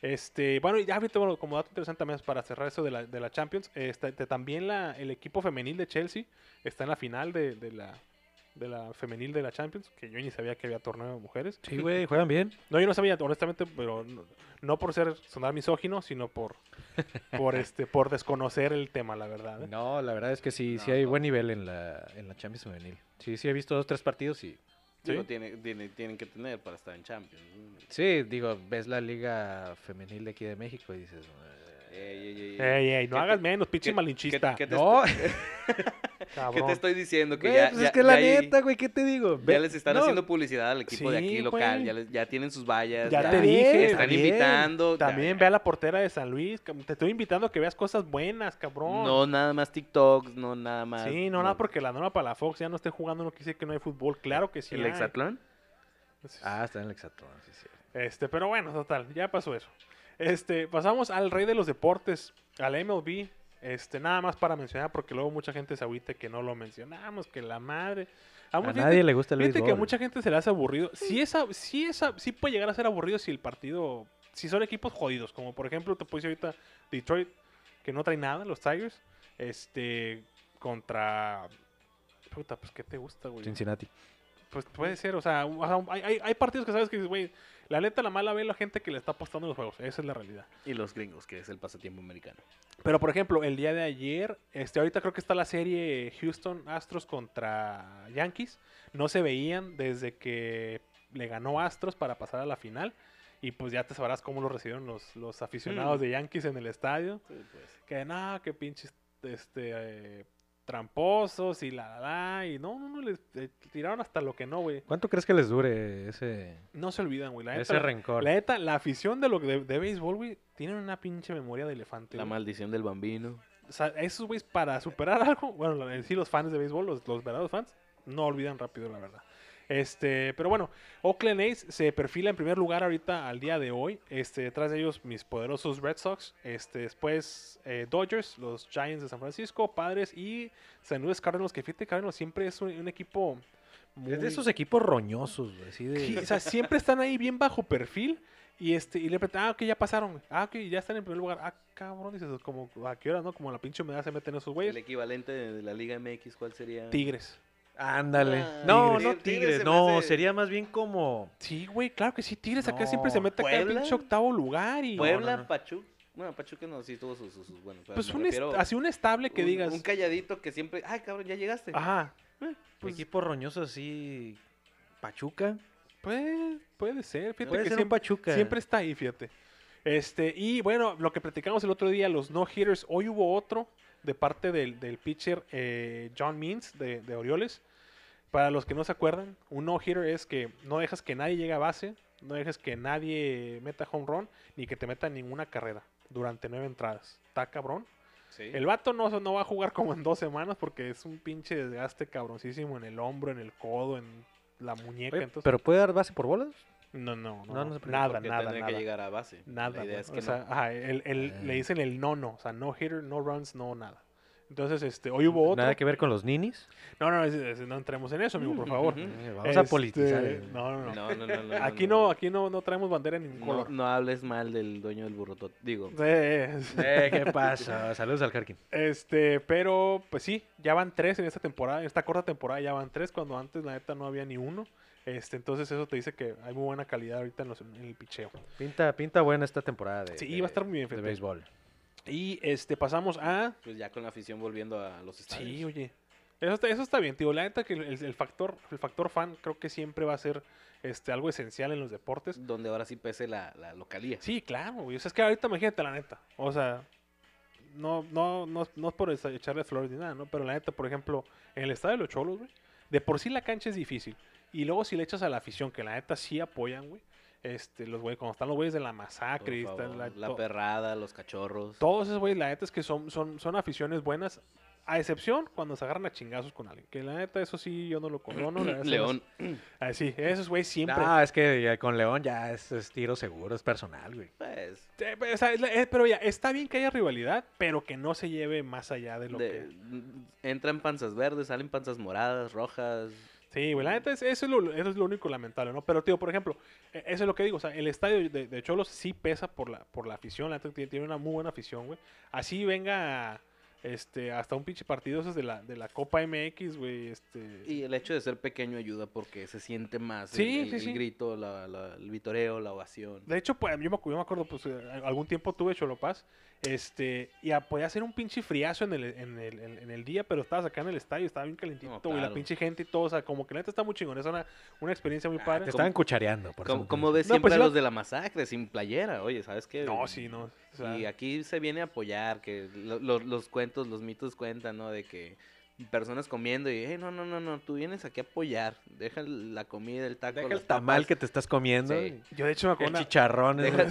S2: Este, bueno, y ya ahorita, bueno, como dato interesante también para cerrar eso de la, de la Champions, este, te- también la, el equipo femenil de Chelsea está en la final de, de la, de la femenil de la Champions, que yo ni sabía que había torneo de mujeres.
S1: Sí, güey, juegan bien.
S2: No, yo no sabía, honestamente, pero no, no por ser sonar misógino, sino por por este por desconocer el tema, la verdad. ¿eh?
S1: No, la verdad es que sí, sí
S3: No,
S1: hay
S3: no.
S1: buen nivel en la, en la Champions Juvenil. Sí, sí, he visto dos, tres partidos y...
S3: Digo,
S2: Sí.
S3: tiene- tiene- tienen que tener para estar en Champions. ¿no?
S1: Sí, digo, ves la liga femenil de aquí de México y dices...
S3: Ey,
S1: eh,
S3: ey, ey, ey.
S2: Ey, ey, no
S3: ¿Qué
S2: hagas
S3: te-
S2: menos, pinche
S3: qué-
S2: malinchista.
S3: qué- qué te-
S1: no,
S3: ¿Qué
S2: cabrón.
S3: te estoy diciendo? Que
S1: güey,
S3: ya,
S1: pues
S3: ya-
S1: es que la
S3: ya ahí-
S1: neta, güey, ¿qué te digo?
S3: Ya
S1: Ve-
S3: les están
S1: no,
S3: haciendo publicidad al equipo de
S2: Sí,
S3: aquí local,
S2: güey.
S3: ya, les- ya tienen sus vallas.
S2: Ya te
S1: Está
S2: dije,
S1: bien,
S3: te
S2: está
S3: están
S1: bien.
S3: invitando. ya-
S2: También ve a la portera de San Luis, cam- te estoy invitando a que veas cosas buenas, cabrón.
S3: No nada más TikToks, no nada más.
S2: sí, no, nada porque la norma para la Fox ya no esté jugando no quise que no hay fútbol, claro que sí.
S3: ¿El
S2: hay.
S3: hexatlón?
S1: Ah, está en el hexatlón, sí, sí.
S2: Este, pero bueno, total, ya pasó eso. Este, pasamos al rey de los deportes, al MLB. Este, nada más para mencionar, porque luego mucha gente se agüita que no lo mencionamos, que la madre. A,
S1: A
S2: mucha
S1: nadie
S2: gente-
S1: le gusta el
S2: fíjate
S1: béisbol.
S2: que a mucha gente se le hace aburrido. Sí, es, ab- sí, es ab- sí puede llegar a ser aburrido si el partido. Si son equipos jodidos, como por ejemplo, te puse ahorita Detroit, que no trae nada, los Tigers. Este, contra. Puta, pues, ¿qué te gusta, güey?
S1: Cincinnati.
S2: Pues puede ser, o sea, u- o sea, hay, hay- hay partidos que sabes que dices, güey, la neta la mala ve la gente que le está apostando en los juegos, esa es la realidad.
S3: Y los gringos, que es el pasatiempo americano.
S2: Pero por ejemplo, el día de ayer, este ahorita creo que está la serie Houston Astros contra Yankees, no se veían desde que le ganó Astros para pasar a la final Y pues ya te sabrás cómo lo recibieron los, los aficionados de Yankees en el estadio.
S3: Sí, pues.
S2: Que nada, que pinches este, eh, tramposos y la, la, la. Y no, no, no, les eh, tiraron hasta lo que no, güey.
S4: ¿Cuánto crees que les dure ese,
S2: No se olvidan, güey. La neta,
S1: Ese
S2: la-
S1: rencor.
S2: La neta, la afición de lo de, de béisbol, güey, tienen una pinche memoria de elefante.
S3: La
S2: güey.
S3: maldición del bambino.
S2: O sea, esos güeyes para superar algo, bueno, la- en sí los fans de béisbol, los, los verdaderos fans, no olvidan rápido, la verdad. Este, pero bueno, Oakland A's se perfila en primer lugar ahorita al día de hoy. Este, detrás de ellos mis poderosos Red Sox, este, después eh, Dodgers, los Giants de San Francisco, Padres y San Luis Cardinals, que fíjate, Cardinals siempre es un, un equipo
S4: Es
S2: muy-
S4: de esos equipos roñosos, güey. Así de...
S2: Sí, o sea, siempre están ahí bien bajo perfil. Y este, y le preguntan, ah, ok, ya pasaron, güey. Ah, ok, ya están en primer lugar. Ah, cabrón, dices, como, ¿a qué hora, no? Como a la pinche humedad se meten esos
S3: El
S2: güeyes.
S3: equivalente de la Liga MX, ¿cuál sería?
S2: Tigres.
S1: Ándale.
S3: Ah,
S1: no,
S3: Tigres.
S1: no
S3: Tigres
S1: Tigres.
S3: se me
S1: no,
S3: hace-
S1: sería más bien como.
S2: Sí, güey, claro que sí, Tigres acá siempre
S1: No,
S2: se mete acá en
S3: ¿Puebla?
S2: pinche octavo lugar. Y,
S3: Puebla,
S1: no, no.
S3: Pachuca. Bueno, Pachuca no, sí tuvo sus. sus, sus- bueno, pero
S2: pues
S3: me
S2: un est-
S3: refiero
S2: así un estable que
S3: un-
S2: digas.
S3: Un calladito que siempre. Ay, cabrón, ya llegaste.
S2: Ajá. Pues-
S1: equipo roñoso así. Pachuca.
S2: Puede, puede ser, fíjate
S1: Puede
S2: que
S1: ser un
S2: siempre,
S1: Pachuca.
S2: siempre está ahí, fíjate. Este, y bueno, lo que platicamos el otro día, los no-hitters, hoy hubo otro de parte del, del pitcher eh, John Means de, de Orioles. Para los que no se acuerdan, un no-hitter es que no dejas que nadie llegue a base, no dejes que nadie meta home run, ni que te meta ninguna carrera durante nueve entradas. Está cabrón.
S3: Sí.
S2: El vato no, no va a jugar como en dos semanas porque es un pinche desgaste cabroncísimo en el hombro, en el codo, en la muñeca.
S4: Oye,
S2: entonces-
S4: ¿Pero puede dar base por bolas?
S2: no, no, no.
S4: No,
S2: no,
S4: no se preocupe,
S2: nada,
S3: Porque
S2: nada,
S3: tendría
S2: nada.
S3: que llegar a base.
S2: Nada.
S3: La idea
S2: güey.
S3: es
S2: O
S3: que
S2: sea,
S3: no.
S2: ajá, el- el-
S4: Ah.
S2: le dicen el no, no. O sea, no hitter, no runs, no nada. Entonces, este, hoy hubo otro.
S1: Nada que ver con los ninis.
S2: No, no, es- es- no entremos en eso, amigo, por favor.
S3: Ujú.
S1: Eh, Vamos a
S2: Este,
S1: politizar. eh.
S2: No, no, no.
S3: No, no, no, no,
S2: Aquí no, aquí no, no traemos bandera en ningún
S3: No,
S2: color.
S3: no hables mal del dueño del burrotot. Digo,
S2: Eh, eh,
S1: Eh, ¿Qué pasa? Saludos al Harkin.
S2: Este, pero pues sí, ya van tres en esta temporada, en esta corta temporada ya van tres, cuando antes la neta no había ni uno. Este, entonces eso te dice que hay muy buena calidad ahorita en, los- en el picheo.
S1: Pinta, pinta buena esta temporada. De,
S2: Sí,
S1: de-
S2: va a estar muy bien,
S1: De
S2: fíjate.
S1: béisbol.
S2: Y este, pasamos a...
S3: pues ya con la afición volviendo a los estadios.
S2: Sí, oye. Eso está, eso está bien, tío. La neta que el, el factor, el factor fan creo que siempre va a ser este, algo esencial en los deportes.
S3: Donde ahora sí pese la, la localía.
S2: Sí, claro, güey. O sea, es que ahorita imagínate, la neta. O sea, no, no, no, no es por esa- echarle flores ni nada, ¿no? Pero la neta, por ejemplo, en el estado de los Cholos, güey, de por sí la cancha es difícil. Y luego si le echas a la afición, que la neta sí apoyan, güey. Este, los güeyes, cuando están los güeyes de la
S3: por
S2: masacre, está
S3: favor.
S2: la,
S3: la
S2: to-
S3: perrada, los cachorros.
S2: todos esos güeyes, la neta es que son, son, son aficiones buenas, a excepción cuando se agarran a chingazos con alguien. Que la neta, eso sí, yo no lo condono. la neta, eso no
S3: León.
S2: es- Ah, sí, esos güeyes siempre.
S1: No, es que ya con León ya es, es tiro seguro, es personal, güey.
S3: Pues,
S2: Eh, pero, o sea, es la- eh, pero ya, está bien que haya rivalidad, pero que no se lleve más allá de lo
S3: de-
S2: que...
S3: entran panzas verdes, salen panzas moradas, rojas.
S2: Sí, güey, la neta, es, eso, es lo, eso es lo único lamentable, ¿no? Pero, tío, por ejemplo, eh, eso es lo que digo, o sea, el estadio de, de Cholos sí pesa por la, por la afición, la neta tiene, tiene una muy buena afición, güey. Así venga, este, hasta un pinche partido esos de la, de la Copa MX, güey, este...
S3: Y el hecho de ser pequeño ayuda porque se siente más el-
S2: Sí,
S3: el,
S2: sí,
S3: el
S2: sí.
S3: grito, la- la- el vitoreo, la ovación.
S2: De hecho, pues, yo, me, acu- yo me acuerdo, pues, eh, algún tiempo tuve Cholopaz, este, y a- podía hacer un pinche friazo en el, en, el, en- en el día, pero estabas acá en el estadio, estaba bien calentito,
S3: No,
S2: güey, la
S3: claro.
S2: pinche gente y todo, o sea, como que la neta está muy chingón, es una, una experiencia
S3: Ah,
S2: muy
S1: Te
S2: padre.
S1: estaban cuchareando, por
S3: ¿Cómo,
S1: eso-
S3: cómo ves
S2: No,
S3: siempre
S2: pues
S3: a
S2: iba-
S3: los de la masacre sin playera? Oye, ¿sabes qué?
S2: no, sí, no. o sea,
S3: Y aquí se viene a apoyar, que lo- lo- los cuentos, los mitos cuentan, ¿no? De que personas comiendo y, "Ey, no, no, no, no, tú vienes aquí a apoyar. Deja el- la comida, el taco,
S1: Deja
S3: los
S1: el tamal
S3: papas,
S1: que te estás comiendo,
S3: Sí.
S2: yo de hecho me
S1: con
S2: acuerdo, una-
S1: chicharrón
S3: Deja,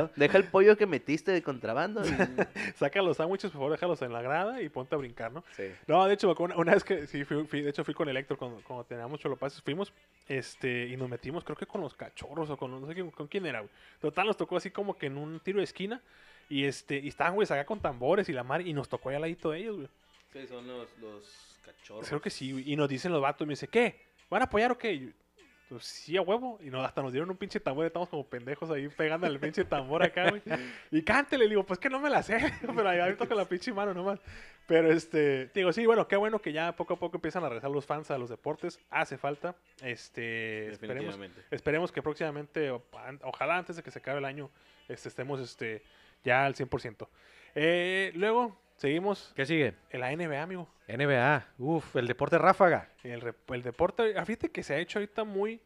S3: deja, deja el pollo que metiste de contrabando. y-
S2: saca los sándwiches, por favor, déjalos en la grada y ponte a brincar, ¿no?
S3: sí.
S2: No, de hecho, me acuerdo una, una vez que sí, fui, fui- de hecho fui con Electro cuando, cuando teníamos Cholopazos, fuimos este, y nos metimos, creo que con los cachorros o con no sé quién- con quién era, güey. Total, nos tocó así como que en un tiro de esquina y este, y estaban, güey, acá con tambores y la mar y nos tocó ahí al ladito de ellos, güey.
S3: Sí, son los, los cachorros.
S2: Pues Creo que sí, güey. Y nos dicen los vatos, y me dice, ¿qué? ¿Van a apoyar o qué? Y yo, pues sí, a huevo. Y nos, hasta nos dieron un pinche tambor, estamos como pendejos ahí pegando al pinche tambor acá, güey. Y cántele, le digo, pues que no me la sé, pero ahí ahorita con la pinche mano nomás. Pero este, digo, sí, bueno, qué bueno que ya poco a poco empiezan a regresar los fans a los deportes. Hace falta. Este, esperemos,
S3: Definitivamente.
S2: esperemos que próximamente, o- an- ojalá antes de que se acabe el año, este, estemos este, ya al 100%. Eh, luego, seguimos
S1: ¿Qué sigue?
S2: en la NBA, amigo.
S1: NBA. Uf, el deporte ráfaga.
S2: El, rep- el deporte, ah, fíjate que se ha hecho ahorita muy,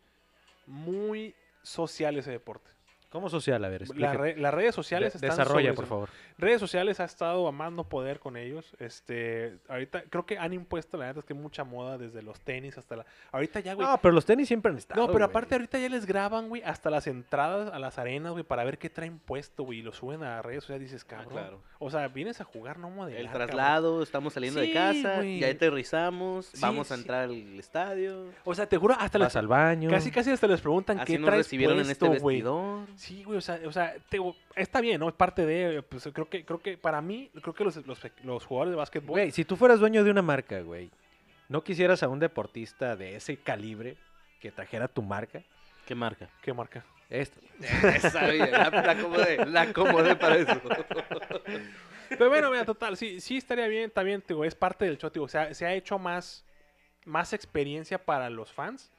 S2: muy social ese deporte.
S4: ¿Cómo social? A ver,
S2: La
S4: explica.
S2: re- las redes sociales
S1: De-
S2: están
S1: desarrolla,
S2: sobre-
S1: por favor.
S2: Redes sociales ha estado a más no poder con ellos. Este, ahorita creo que han impuesto, la neta, es que mucha moda desde los tenis hasta la. Ahorita ya, güey.
S4: No, pero los tenis siempre han estado.
S2: No, pero
S4: güey.
S2: aparte ahorita ya les graban, güey, hasta las entradas a las arenas, güey, para ver qué traen puesto, güey, y lo suben a redes sociales, dices, cabrón.
S3: claro.
S2: O sea, vienes a jugar, no modelar.
S3: El
S2: cabrón.
S3: traslado, estamos saliendo
S2: Sí,
S3: de casa,
S2: güey.
S3: ya aterrizamos,
S2: Sí,
S3: vamos a
S2: sí.
S3: entrar al estadio.
S2: O sea, te juro, hasta
S4: Vas
S2: las...
S4: al baño.
S2: Casi, casi hasta les preguntan
S3: Así
S2: qué
S3: nos
S2: traes
S3: recibieron en este
S2: puesto, güey.
S3: vestidor.
S2: Sí, güey, o sea, o sea te- está bien, ¿no? Es parte de, pues, creo que, creo que para mí, creo que los, los, los jugadores de básquetbol...
S4: Güey, si tú fueras dueño de una marca, güey, ¿no quisieras a un deportista de ese calibre que trajera tu marca?
S3: ¿Qué marca?
S2: ¿Qué marca?
S4: Esto.
S3: Sabía, la, la acomodé, la acomodé para eso.
S2: Pero bueno, mira, total, sí, sí estaría bien, también, te digo, es parte del show, te digo, o sea, se ha hecho más, más experiencia para los fans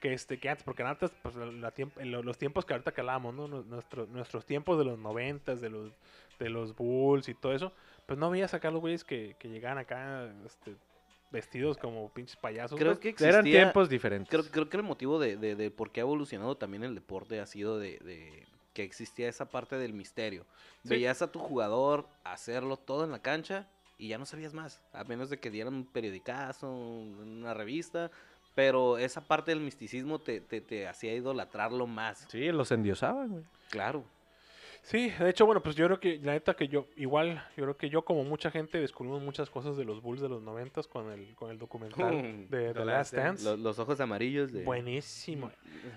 S2: que este que antes, porque antes, pues, la- la tiemp- en lo- los tiempos que ahorita que hablábamos, ¿no? Nues- Nuestro, nuestros tiempos de los noventas, de los, de los Bulls y todo eso, pues no veías acá los güeyes que, que llegaban acá, este, vestidos como pinches payasos.
S3: Creo
S2: pues.
S3: que
S4: Eran
S3: existía,
S4: tiempos diferentes.
S3: Creo, creo que el motivo de, de- de por qué ha evolucionado también el deporte ha sido de, de que existía esa parte del misterio.
S2: Sí.
S3: Veías a tu jugador hacerlo todo en la cancha y ya no sabías más, a menos de que dieran un periodicazo, una revista, pero esa parte del misticismo te, te- te hacía idolatrarlo más.
S4: Sí, los endiosaban, güey.
S3: Claro.
S2: Sí, de hecho, bueno, pues yo creo que, la neta que yo, igual, yo creo que yo como mucha gente descubrimos muchas cosas de los Bulls de los noventas con el, con el documental
S3: Mm,
S2: de The
S1: The
S2: Last
S1: Last Dance.
S2: Dance.
S3: Lo- los ojos amarillos de... Mm.
S2: Buenísimo.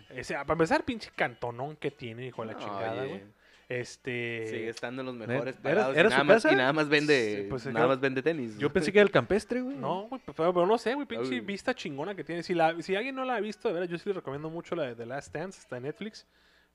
S2: Ese, para empezar, pinche cantonón que tiene, hijo de la
S3: No,
S2: chingada,
S3: oye,
S2: güey. Este.
S3: Sigue estando en los mejores
S4: ¿era-
S3: pagados y
S4: era su
S3: nada más,
S4: casa?
S3: y nada más vende,
S2: Sí, pues,
S3: nada
S2: claro.
S3: más vende tenis.
S4: Yo pensé que era el campestre, güey.
S2: No, güey, pero, pero no sé, güey, pinche
S3: Ay.
S2: vista chingona que tiene. Si, la, si alguien no la ha visto, de verdad, yo sí le recomiendo mucho la de The Last Dance, está en Netflix.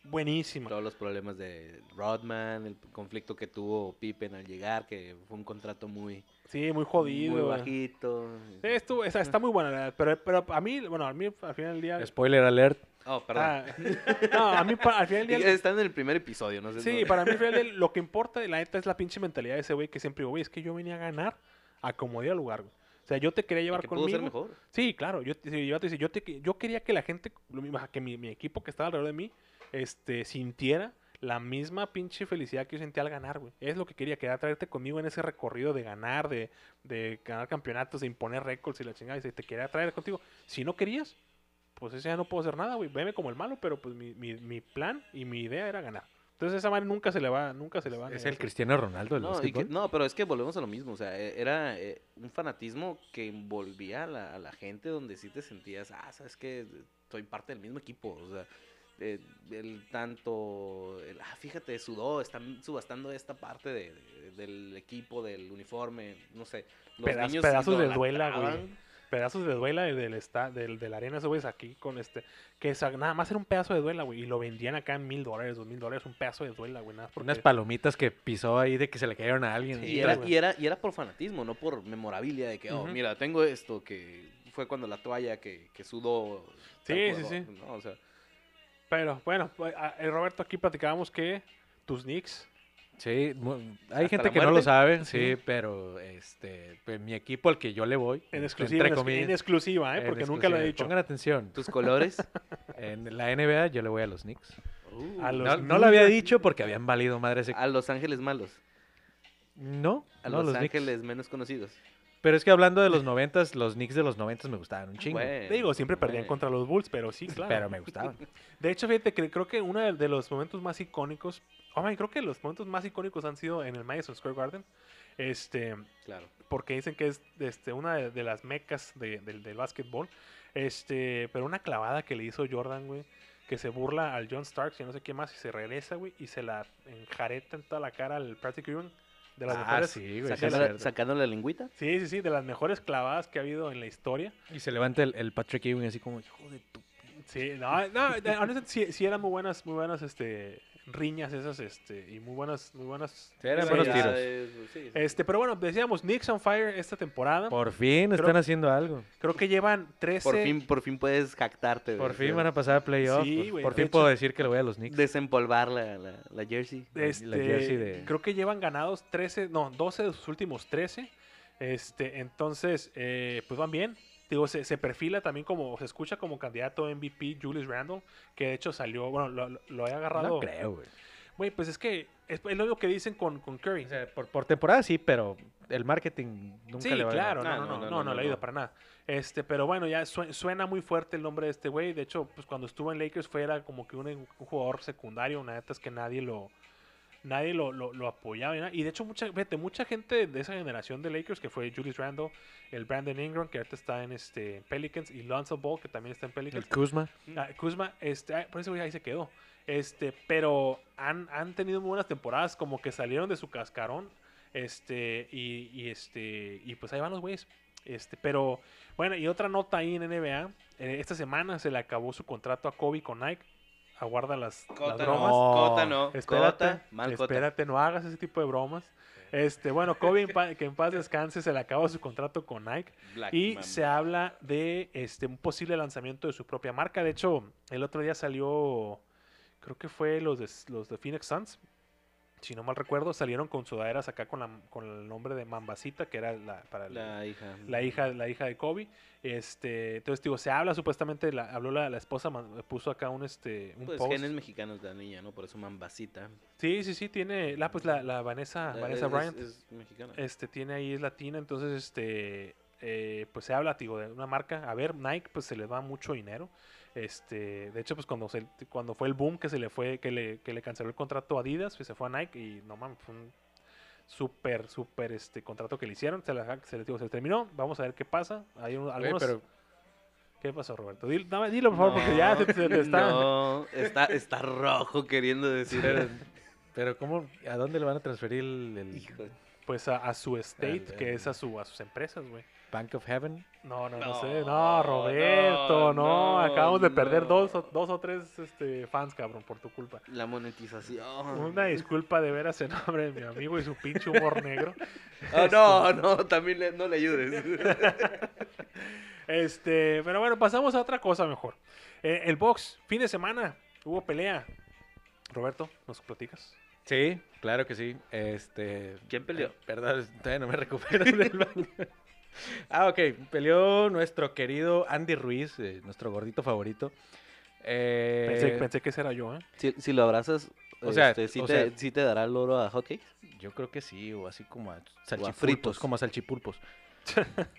S2: Buenísima.
S3: Todos los problemas de Rodman, el conflicto que tuvo Pippen al llegar, que fue un contrato muy,
S2: Sí, muy jodido. Este,
S3: muy
S2: güey.
S3: bajito.
S2: Sí, estuvo- esa- está muy buena, la verdad, pero, pero a mí, bueno, a mí al final del día.
S4: Spoiler alert.
S3: Oh, perdón.
S2: ah, no, a mí pa- al final del día.
S3: Está en el primer episodio, no sé.
S2: Sí,
S3: no-
S2: para mí al final del- lo que importa, la neta, es la pinche mentalidad de ese güey que siempre digo, güey, es que yo venía a ganar a como dio lugar, güey. O sea, yo te quería llevar
S3: que pudo
S2: conmigo.
S3: ser mejor.
S2: Sí, claro. Yo, te- sí, yo te decía, yo, te- yo quería que la gente, lo mismo, que mi, mi equipo que estaba alrededor de mí, este, sintiera la misma pinche felicidad que yo sentía al ganar, güey. Es lo que quería, quería traerte conmigo en ese recorrido de ganar, de, de ganar campeonatos, de imponer récords y la chingada. Y se- te quería traer contigo. Si no querías, pues eso ya no puedo hacer nada, güey. Veme como el malo, pero pues mi, mi- mi plan y mi idea era ganar. Entonces esa madre nunca se le va, nunca se le va. a
S1: Es
S2: negar,
S1: el
S2: güey.
S1: Cristiano Ronaldo del
S3: No, y que-
S1: básquetbol.
S3: no, pero es que volvemos a lo mismo. O sea, e- era eh, un fanatismo que envolvía a la, a la gente donde sí te sentías, ah, sabes que soy parte del mismo equipo. O sea, eh, el tanto, el, ah, fíjate, sudó, están subastando esta parte de- de- del equipo, del uniforme, no sé. Los
S2: Pedaz-
S3: niños
S2: pedazos de duela, güey.
S3: idolatraban.
S2: pedazos de duela del, del, esta- del, de la arena, esos güeyes aquí con este. Que sa- nada más era un pedazo de duela, güey. Y lo vendían acá en mil dólares, dos mil dólares, un pedazo de duela, güey. Nada más
S1: Unas
S2: porque-
S1: palomitas que pisó ahí de que se le cayeron a alguien.
S2: Sí,
S3: Y
S1: Entonces,
S3: era,
S2: güey.
S3: y, era, y era por fanatismo, no por memorabilia de que, oh,
S2: Ujú.
S3: mira, tengo esto que fue cuando la toalla que, que sudó.
S2: Sí,
S3: tal
S2: sí,
S3: jugador,
S2: sí.
S3: ¿no? O sea,
S2: Pero bueno, pues, a- eh, Roberto, aquí platicábamos que tus Knicks.
S1: Sí, mu- hay
S3: Hasta
S1: gente
S3: la
S1: que no lo
S3: muerte.
S1: sabe, sí, pero este, pues, mi equipo al que yo le voy,
S2: En exclusiva, en,
S1: entre
S2: ex-
S1: comillas,
S2: en exclusiva, ¿eh?
S1: en
S2: Porque nunca lo he
S1: exclusiva.
S2: dicho.
S1: Pongan atención,
S3: tus colores.
S1: en la NBA yo le voy a los Knicks.
S3: Uh.
S2: A los
S1: No, no lo había dicho porque habían valido madre ese.
S3: A Los Ángeles malos.
S1: No,
S3: A
S1: no,
S3: Los,
S1: los Knicks.
S3: Ángeles menos conocidos.
S1: Pero es que hablando de los noventas, los Knicks de los noventas me gustaban un
S3: Ah,
S1: chingo,
S3: Bueno,
S2: Te Digo, siempre perdían
S3: bueno.
S2: contra los Bulls, pero sí, claro.
S1: eh. Ah. pero me gustaban.
S2: De hecho, fíjate que creo que uno de- de los momentos más icónicos. Oh, man, creo que los momentos más icónicos han sido en el Madison Square Garden. Este.
S3: Claro.
S2: porque dicen que es este, una de, de las mecas de- del, del básquetbol. Este, pero una clavada que le hizo Jordan, güey, que se burla al John Starks y no sé qué más, y se regresa, güey, y se la enjareta en toda la cara al Patrick Ewing de las
S1: Ah,
S2: mejores.
S1: sí, güey, sí es
S2: saca la-
S3: Sacando,
S1: cierto.
S3: la- sacando la lengüita.
S2: Sí, sí, sí, de las mejores clavadas que ha habido en la historia.
S1: Y se levanta el, el Patrick Ewing así como, hijo de tu...
S2: Sí, no, no, de- honestamente sí, sí eran muy buenas, muy buenas, este, riñas esas, este, y muy buenas, muy buenas.
S1: Sí, eran
S2: muy
S1: buenos
S2: buenas-
S1: tiros.
S3: Felicidades, pues, sí, sí.
S2: Este, pero bueno, decíamos, Knicks on Fire esta temporada.
S1: Por fin están haciendo algo.
S2: Creo que llevan 13...
S3: Por fin, por fin puedes jactarte. de-
S1: Por
S3: de-
S1: fin van a pasar a playoffs.
S2: Sí,
S1: por-
S2: güey,
S1: por
S2: de
S1: fin
S2: hecho-
S1: puedo decir que le voy a los Knicks.
S3: Desempolvar la, la, la jersey.
S1: La- la
S2: Este,
S1: jersey de-
S2: Creo que llevan ganados 13, no, 12 de sus últimos 13. Este, entonces, eh, pues van bien. digo, se, se perfila también como, se escucha como candidato MVP Julius Randle, que de hecho salió, bueno, lo, lo- lo he agarrado.
S4: No creo, güey.
S2: Güey, pues es que es, es lo mismo que dicen con, con Curry.
S1: O sea, por, por temporada sí, pero el marketing nunca
S2: sí,
S1: le va a
S2: claro,
S1: ganar.
S2: no, no, no, no, no,
S3: no,
S2: le ayuda
S3: no.
S2: para nada. Este, pero bueno, ya sue- suena muy fuerte el nombre de este güey. De hecho, pues cuando estuvo en Lakers fue era como que un, un jugador secundario, una neta es que nadie lo nadie lo, lo, lo apoyaba y nada. Y de hecho, mucha, vete, mucha gente de esa generación de Lakers, que fue Julius Randle, el Brandon Ingram, que ahorita está en este Pelicans, y Lonzo Ball, que también está en Pelicans.
S1: El Kuzma.
S2: Ah, Kuzma, este, ah, por eso güey, ahí se quedó. Este, pero han, han tenido muy buenas temporadas, como que salieron de su cascarón. Este, y, y este, y pues ahí van los güeyes. Este, pero bueno, y otra nota ahí en NBA. eh, esta semana se le acabó su contrato a Kobe con Nike. Aguarda las, las
S3: Cota
S2: bromas.
S3: no, Cota no.
S2: Espérate,
S3: Cota, mal Cota.
S2: espérate, no hagas ese tipo de bromas. Este, bueno, Kobe, en pa- que en paz descanse, se le acabó su contrato con Nike.
S3: Black
S2: Y
S3: Mamba.
S2: se habla de este un posible lanzamiento de su propia marca. De hecho, el otro día salió, creo que fue los de, los de Phoenix Suns, si no mal recuerdo, salieron con sudaderas acá con, la, con el nombre de Mambacita, que era la, para el-
S3: la hija.
S2: la hija, la hija de Kobe. Este, entonces digo, se habla supuestamente, la, habló la, la esposa, man- puso acá un este un
S3: Pues
S2: post.
S3: genes mexicanos de la niña, ¿no? Por eso Mambacita.
S2: Sí, sí, sí, tiene la pues la, la
S1: Ah,
S2: Vanessa,
S3: Eh,
S2: Vanessa
S3: es-
S2: Bryant.
S3: Es, es mexicana.
S1: Eh,
S2: este tiene ahí es latina entonces este eh, pues se habla digo, de una marca a ver Nike pues se les va mucho dinero este de hecho pues cuando se, cuando fue el boom que se le fue que le, que le canceló el contrato a Adidas pues se fue a Nike y no mames fue un súper súper este contrato que le hicieron se, la- se les digo, se les terminó vamos a ver qué pasa hay un-
S1: Güey,
S2: algunos
S1: pero
S2: qué pasó Roberto dilo, dame- dilo, por favor porque ya te, te- te está
S3: No, está, está rojo queriendo decir.
S1: Pero, pero ¿cómo, ¿a dónde le van a transferir el, el
S3: Hijo,
S2: pues a, a su estate
S1: El-
S2: que
S1: el-
S2: es a su a sus empresas güey
S1: Bank of Heaven?
S2: No, no, no, sé.
S3: No,
S2: No, Roberto, no.
S3: no,
S2: Acabamos de
S3: no.
S2: perder dos, o- dos o tres este, fans, cabrón, por tu culpa.
S3: la monetización.
S2: Una disculpa de veras en nombre de mi amigo y su pinche humor negro.
S3: Ah, no, no, también le- no le ayudes.
S2: Este, pero bueno, pasamos a otra cosa mejor. Eh, el box, fin de semana, hubo pelea. Roberto, ¿nos platicas?
S1: Sí, claro que sí. Este,
S3: ¿Quién peleó?
S1: eh, perdón, todavía no me recupero del baño. ah, ok. Peleó nuestro querido Andy Ruiz, eh, nuestro gordito favorito. Eh,
S2: Pensé, pensé que ese era yo, ¿eh?
S3: Si, si lo abrazas,
S1: O sea,
S3: este, sí,
S1: o
S3: te,
S1: sea-
S3: sí te dará el oro a hotcakes.
S1: Yo creo que sí, o así como a salchipulpos.
S3: fritos.
S1: Como a salchipulpos.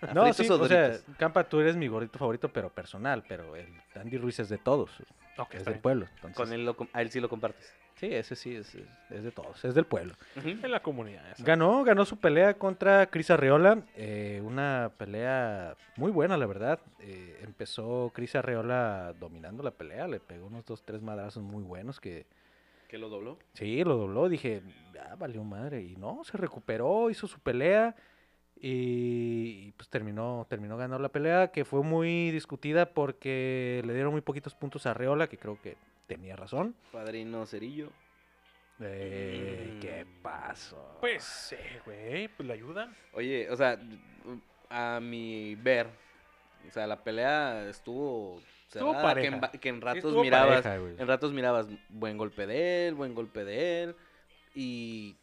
S3: ¿A
S1: no,
S3: fritos
S1: sí,
S3: o
S1: o sea,
S3: Doritos?
S1: Campa, tú eres mi gordito favorito, pero personal. Pero el Andy Ruiz es de todos,
S2: Ok,
S1: es
S2: está
S1: del
S2: bien.
S1: pueblo. entonces-
S3: Con él lo com- a él sí lo compartes.
S1: Sí, ese sí, es, es- es de todos, es del pueblo.
S2: En la comunidad. esa.
S1: Ganó, ganó su pelea contra Cris Arreola. eh, una pelea muy buena, la verdad. Eh, empezó Cris Arreola dominando la pelea. Le pegó unos dos, tres madrazos muy buenos que
S3: ¿Que lo dobló?
S1: sí, lo dobló. Dije, ah, valió madre. Y no, se recuperó, hizo su pelea. Y, y, pues terminó, terminó ganando la pelea, que fue muy discutida porque le dieron muy poquitos puntos a Arreola, que creo que tenía razón.
S3: Padrino Cerillo.
S1: Eh, ¿Qué
S3: Mm.
S1: pasó?
S2: Pues sí, güey, pues la ayuda.
S3: Oye, o sea, a mi ver, o sea, la pelea estuvo
S2: Estuvo
S3: cerrada, que,
S2: pareja.
S3: en, ba- que en ratos
S2: estuvo
S3: mirabas,
S1: Pareja, güey.
S3: en ratos mirabas buen golpe de él, buen golpe de él, y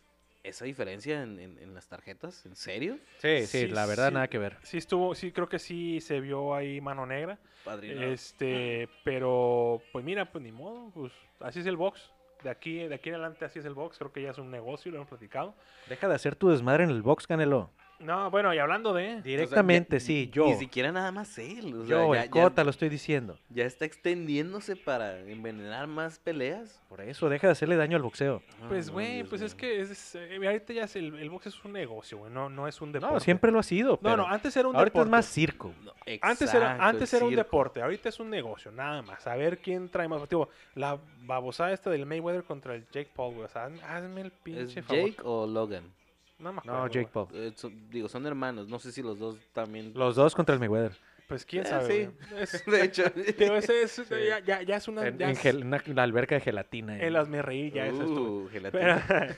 S3: esa diferencia en, en- en las tarjetas, ¿en serio?
S1: Sí, sí,
S2: Sí,
S1: la verdad
S2: sí.
S1: nada que ver.
S2: Sí estuvo, sí creo que sí se vio ahí mano negra.
S3: Padrino.
S2: Este, pero pues mira, pues ni modo, pues así es el box. De aquí, de aquí en adelante así es el box, creo que ya es un negocio, lo hemos platicado.
S1: Deja de hacer tu desmadre en el box, Canelo.
S2: No, bueno, y hablando de
S1: Directamente, sí, yo.
S3: Ni siquiera nada más él, o sea,
S1: yo,
S3: ya,
S1: el
S3: ya-
S1: Cota, lo estoy diciendo.
S3: ya está extendiéndose para envenenar más peleas.
S1: Por eso, deja de hacerle daño al boxeo.
S2: pues
S3: Ah,
S2: güey,
S3: Dios
S2: pues es
S3: mío.
S2: que es, es- eh, ahorita ya es el, el box es un negocio, güey, no, no es un deporte.
S1: No, siempre lo ha sido.
S2: No,
S1: Pero
S2: no, antes era un
S1: ahorita
S2: deporte.
S1: es más circo.
S3: No,
S2: Antes era,
S3: exacto,
S2: antes
S3: el
S2: era un
S3: circo.
S2: deporte, ahorita es un negocio, nada más. A ver quién trae más. Tipo, la babosada esta del Mayweather contra el Jake Paul, güey. O sea, hazme el
S3: ¿Es
S2: pinche favor.
S3: Jake o Logan?
S2: No, me acuerdo,
S1: No, Jake
S2: güey.
S1: Paul.
S3: Eh, son- digo, son hermanos, no sé si los dos también...
S1: Los dos contra el Mayweather.
S2: Pues quién
S3: Eh,
S2: sabe.
S3: sí.
S2: güey. Es-
S3: De hecho,
S2: Pero ese es, ya, ya- ya es una.
S1: En,
S2: ya
S1: en
S2: es-
S1: gel- una, una alberca de gelatina. eh.
S2: el hazme reír ya es esto. güey.
S3: Uh,
S2: Pero,
S3: gelatina.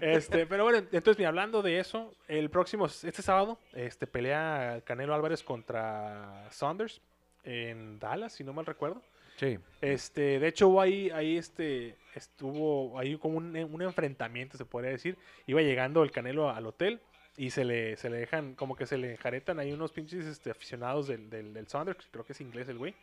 S2: este, pero bueno, entonces, mira, hablando de eso, el próximo, este sábado, este, pelea Canelo Álvarez contra Saunders en Dallas, si no mal recuerdo.
S1: Sí.
S2: Este, de hecho, hubo ahí, ahí este, estuvo ahí como un, un enfrentamiento, se podría decir. Iba llegando el Canelo al hotel Y se le, se le dejan, como que se le jaretan ahí unos pinches este, aficionados del, del, del Sounders, que creo que es inglés el güey.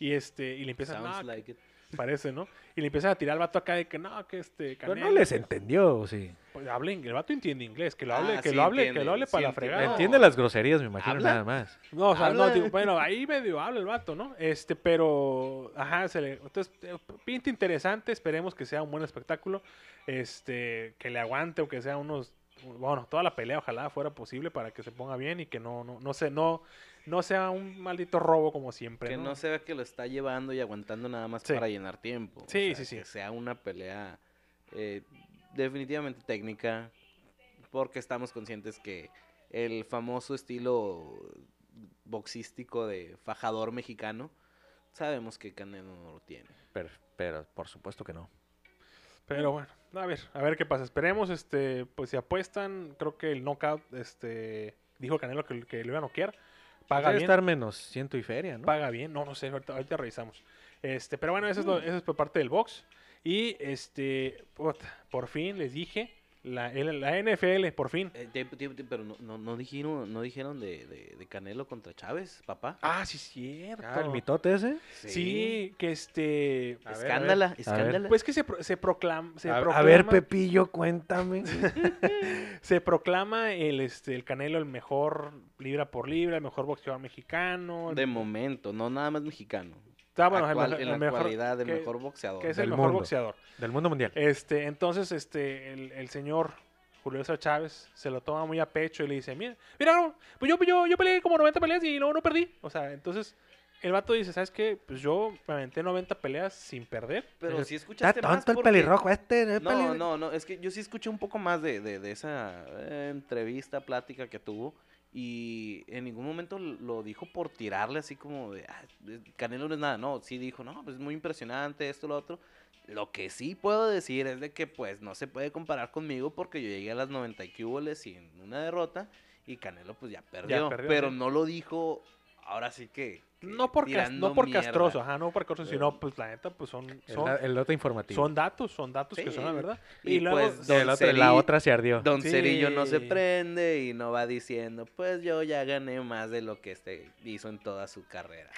S2: Y este, y le empiezan
S3: Sounds
S2: "No,
S3: like it.
S2: parece, ¿no? Y le empiezan a tirar al vato acá de que no, que este
S4: Pero no
S2: Canelo,
S4: les entendió, ¿o sí.
S2: pues, hablen, el vato entiende inglés, que lo
S3: Ah,
S2: hable, que
S3: sí
S2: lo hable,
S3: entiende,
S2: que lo hable
S3: sí
S2: para la
S3: entiende.
S2: fregada.
S1: Entiende las groserías, me imagino,
S3: ¿Habla?
S1: nada más.
S2: No, o sea, no,
S3: Habla.
S2: digo, bueno, ahí medio habla el vato, ¿no? Este, pero, ajá, se le, entonces, eh, pinta interesante, esperemos que sea un buen espectáculo, este, que le aguante, aunque sea unos, bueno, toda la pelea, ojalá fuera posible para que se ponga bien y que no, no, no se, no, no sea un maldito robo como siempre,
S3: Que
S2: ¿no?
S3: no se vea que lo está llevando y aguantando nada más
S2: Sí.
S3: para llenar tiempo. O
S2: Sí,
S3: sea,
S2: sí, sí.
S3: Que sea una pelea eh, definitivamente técnica, porque estamos conscientes que el famoso estilo boxístico de fajador mexicano, sabemos que Canelo no lo tiene.
S1: Pero, pero por supuesto que no.
S2: Pero bueno, a ver, a ver qué pasa. Esperemos, este, pues si apuestan, creo que el knockout, este, dijo Canelo que, que lo iba a noquear. Paga
S1: Debe
S2: bien,
S1: estar menos ciento y feria, ¿no?
S2: paga bien. No, no sé, ahorita, ahorita revisamos. Este, pero bueno, eso
S1: Mm.
S2: es, lo- eso es por parte del box. Y este, puta, por fin les dije, la, el- la NFL, por fin.
S3: Eh, te- te- te- pero no, no, no dijeron, no dijeron de, de- de Canelo contra Chávez, papá.
S2: Ah, sí, cierto.
S1: Ah, el mitote ese.
S2: sí. que este.
S1: A ver, a ver.
S3: Escándala,
S1: ver.
S3: escándala.
S2: Pues que se, pro- se, proclam- se
S1: A,
S2: proclama.
S1: a ver, Pepillo, cuéntame.
S2: Se proclama el, este, el Canelo el mejor libra por libra, el mejor boxeador mexicano. el-
S3: de momento, no nada más mexicano.
S2: pues, Ah, bueno, el
S3: Actual-
S2: mejo-
S3: en la
S2: el mejor-
S3: actualidad, el
S2: que-
S3: mejor boxeador.
S2: que es el
S1: Del
S2: mejor
S1: mundo.
S2: boxeador.
S1: Del mundo mundial.
S2: Este, entonces, este, el, el señor Julio César Chávez se lo toma muy a pecho y le dice, mira, mira, no, pues yo, yo, yo peleé como 90 peleas y no, no perdí. O sea, entonces, el vato dice, ¿sabes qué? Pues yo me aventé 90 peleas sin perder.
S3: Pero
S1: Pero
S3: si
S1: Está
S3: escuchaste más
S1: tonto el
S3: porque-
S1: pelirrojo este.
S2: eh,
S1: el
S3: No,
S1: peli-
S3: no, no, es que yo sí escuché un poco más de, de- de esa eh, entrevista, plática que tuvo y en ningún momento l- lo dijo por tirarle así como de, "Ah, eh, Canelo no es nada, no, sí dijo, no, pues es muy impresionante esto, lo otro. Lo que sí puedo decir es de que pues no se puede comparar conmigo porque yo llegué a las 90 y cuboles sin una derrota y Canelo pues ya perdió,
S2: perdió,
S3: pero
S2: sí.
S3: no lo dijo ahora sí que... que
S2: No por, cas-
S3: tirando
S2: no por
S3: mierda.
S2: castroso, ajá, no por castroso,
S3: Eh.
S2: sino, pues la neta, pues son,
S1: El,
S2: son,
S1: da- el dato informativo.
S2: son datos, son datos que son la
S3: Sí,
S2: verdad.
S3: Y,
S2: Y luego-
S1: Sí,
S3: pues
S1: el
S3: Don
S1: otro- la
S3: Ceri-
S1: otra se ardió.
S3: Don Cerillo no se
S2: Sí.
S3: prende y no va diciendo, pues yo ya gané más de lo que este hizo en toda su carrera.